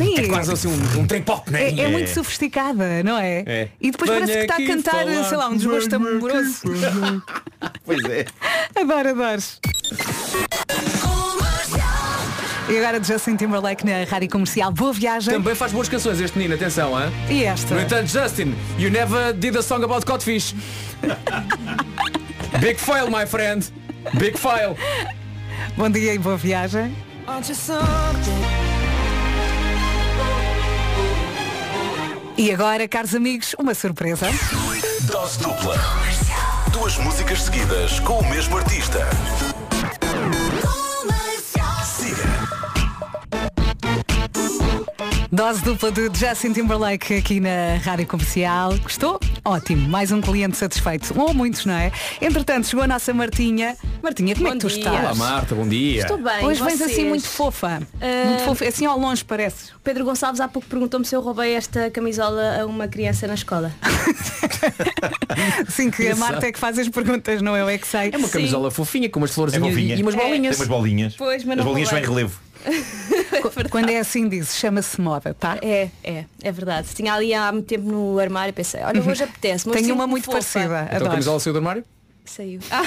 Speaker 2: Sim.
Speaker 8: É quase assim um, um trem pop, né?
Speaker 2: É, é muito sofisticada, não é?
Speaker 8: É.
Speaker 2: E depois
Speaker 8: Venha
Speaker 2: parece que está a
Speaker 8: aqui
Speaker 2: cantar,
Speaker 8: falar
Speaker 2: sei lá, um desgosto amoroso.
Speaker 12: Pois é.
Speaker 2: adoro, adoro. E agora Justin Timberlake na Rádio Comercial. Boa viagem.
Speaker 8: Também faz boas canções este menino, atenção, hã?
Speaker 2: E esta?
Speaker 8: No entanto, Justin, you never did a song about codfish. Big fail, my friend. Big fail.
Speaker 2: Bom dia e boa viagem. E agora, caros amigos, uma surpresa.
Speaker 1: Dose dupla. Duas músicas seguidas com o mesmo artista.
Speaker 2: Dose dupla de Justin Timberlake aqui na Rádio Comercial. Gostou? Ótimo, mais um cliente satisfeito. Ou muitos, não é? Entretanto, chegou a nossa Martinha. Martinha, como é que tu estás?
Speaker 8: Olá, Marta, bom dia.
Speaker 13: Estou bem.
Speaker 2: Hoje
Speaker 13: vocês?
Speaker 2: vens assim muito fofa.
Speaker 13: Ah.
Speaker 2: Muito fofa. Assim ao longe parece.
Speaker 13: Pedro Gonçalves há pouco perguntou-me se eu roubei esta camisola a uma criança na escola.
Speaker 2: Sim, que a
Speaker 8: Exato.
Speaker 2: Marta é que faz as perguntas, não eu é que sei.
Speaker 8: É uma camisola fofinha com umas flores e umas bolinhas. Então,
Speaker 12: Tem umas bolinhas.
Speaker 13: Pois, mas
Speaker 12: As
Speaker 13: não
Speaker 12: bolinhas são em
Speaker 13: roubei.
Speaker 12: relevo.
Speaker 2: Quando é assim diz, chama-se moda, tá?
Speaker 13: É, é, é verdade. Tinha ali há muito tempo no armário e pensei, olha, hoje apetece. mas
Speaker 2: Tenho
Speaker 13: sinto-me
Speaker 2: uma muito
Speaker 13: fofa.
Speaker 2: parecida.
Speaker 8: Então a
Speaker 2: adoro.
Speaker 8: camisola saiu do armário?
Speaker 13: Saiu. Ah,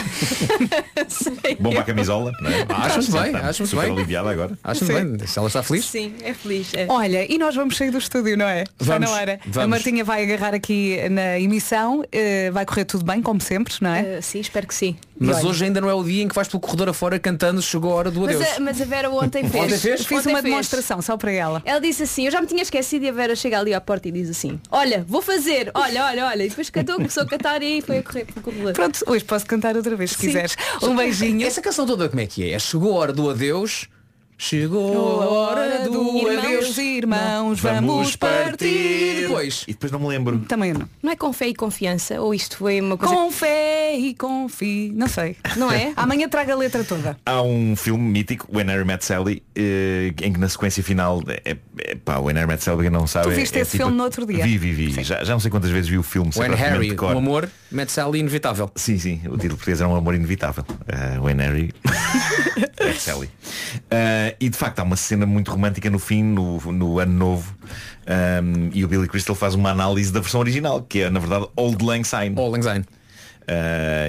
Speaker 13: saiu.
Speaker 12: Bom para a camisola, não é?
Speaker 2: Ah,
Speaker 8: Acho-me
Speaker 12: Está
Speaker 8: bem, acho-me
Speaker 12: super
Speaker 8: bem.
Speaker 12: aliviada agora.
Speaker 8: Acho bem. Se ela está feliz.
Speaker 13: Sim, é feliz. é.
Speaker 2: Olha, e nós vamos sair do estúdio, não é? Está
Speaker 8: Vamos,
Speaker 2: na hora. A
Speaker 8: vamos.
Speaker 2: Martinha vai agarrar aqui na emissão, eh, vai correr tudo bem, como sempre, não é?
Speaker 13: Ah, sim, espero que sim.
Speaker 8: Mas hoje ainda não é o dia em que vais pelo corredor afora cantando Chegou a hora do adeus.
Speaker 13: Mas a, mas a Vera ontem fez.
Speaker 8: Ontem fez?
Speaker 2: Fiz uma demonstração só para ela.
Speaker 13: Ela disse assim, eu já me tinha esquecido e a Vera chega ali à porta e diz assim, olha, vou fazer, olha, olha, olha. E depois cantou, começou a cantar e aí foi a correr pelo corredor.
Speaker 2: Pronto, hoje posso cantar outra vez se quiseres. Um beijinho.
Speaker 8: Essa canção toda como é que é? É Chegou a hora do adeus. Chegou a hora do
Speaker 2: irmãos,
Speaker 8: adeus.
Speaker 2: irmãos, vamos partir.
Speaker 8: Depois.
Speaker 12: E depois não me lembro.
Speaker 2: Também eu não.
Speaker 13: Não é com fé e confiança? Ou isto foi uma coisa...
Speaker 2: Com fé e com fi. Não sei.
Speaker 13: é Não é?
Speaker 2: Amanhã trago a letra toda.
Speaker 12: Há um filme mítico, When I Met Sally, eh, em que na sequência final é, é pá, When I Met Sally, quem não sabe.
Speaker 2: Tu
Speaker 12: é-
Speaker 2: viste
Speaker 12: é
Speaker 2: esse
Speaker 12: tipo-
Speaker 2: filme no outro dia?
Speaker 12: Vi, vi, vi. Já, já não sei quantas vezes vi o filme. sei
Speaker 8: When
Speaker 12: praticamente
Speaker 8: Harry,
Speaker 12: de
Speaker 8: o
Speaker 12: cor.
Speaker 8: amor, mete-se ali inevitável.
Speaker 12: Sim, sim, o título português era um amor inevitável. Eh, when Harry Met Sally. Eh, e de facto há uma cena muito romântica no fim, no, no ano novo. ehm, e o Billy Crystal faz uma análise da versão original, que é na verdade Old Lang Syne. Eh,
Speaker 8: Old Lang Syne.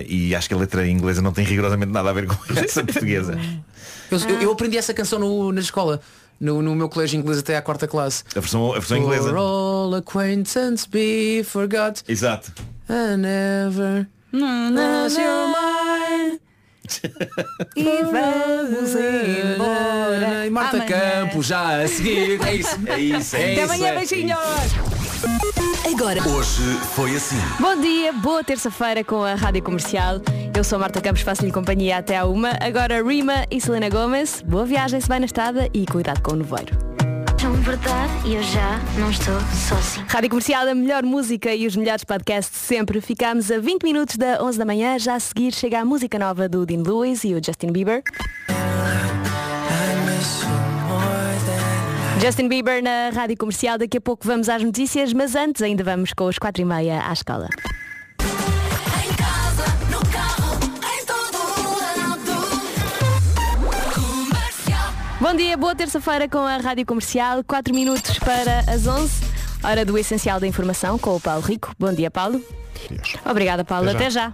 Speaker 12: e acho que a letra inglesa não tem rigorosamente nada a ver com essa portuguesa.
Speaker 8: Eu, eu-
Speaker 13: Ah.
Speaker 8: eu aprendi essa canção no- na escola, no, no meu colégio inglês até à quarta classe.
Speaker 12: A versão, a versão inglesa.
Speaker 8: For all acquaintance be forgot
Speaker 12: Exato.
Speaker 8: and never
Speaker 9: na,
Speaker 2: E vamos
Speaker 8: embora. E Marta Campos já a seguir. É isso.
Speaker 12: É isso,
Speaker 8: é
Speaker 2: Até
Speaker 8: isso,
Speaker 2: amanhã,
Speaker 8: é.
Speaker 2: beijinhos.
Speaker 13: Agora.
Speaker 1: Hoje foi assim.
Speaker 13: Bom dia, boa terça-feira com a Rádio Comercial. Eu sou a Marta Campos, faço-lhe companhia até à uma. Agora Rima e Selena Gomes. Boa viagem, se bem na estrada e cuidado com o nevoeiro.
Speaker 6: São verdade e eu já não estou sozinho.
Speaker 13: Rádio Comercial, a melhor música e os melhores podcasts de sempre. Ficámos a 20 minutos da 11 da manhã. Já a seguir chega a música nova do Dean Lewis e o Justin Bieber. Justin Bieber na Rádio Comercial. Daqui a pouco vamos às notícias, mas antes ainda vamos com os 4 e meia à escola. Bom dia, boa terça-feira com a Rádio Comercial. 4 minutos para as 11. Hora do Essencial da Informação com o Paulo Rico. Bom dia, Paulo. Obrigada, Paulo.
Speaker 7: Até
Speaker 13: Até já.
Speaker 7: já.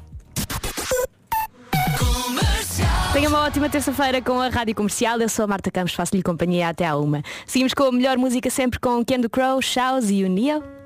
Speaker 13: Tenha uma ótima terça-feira com a Rádio Comercial. Eu sou a Marta Campos, faço-lhe companhia até à uma. Seguimos com a melhor música sempre com Ken Crow, Shouse e o Neo.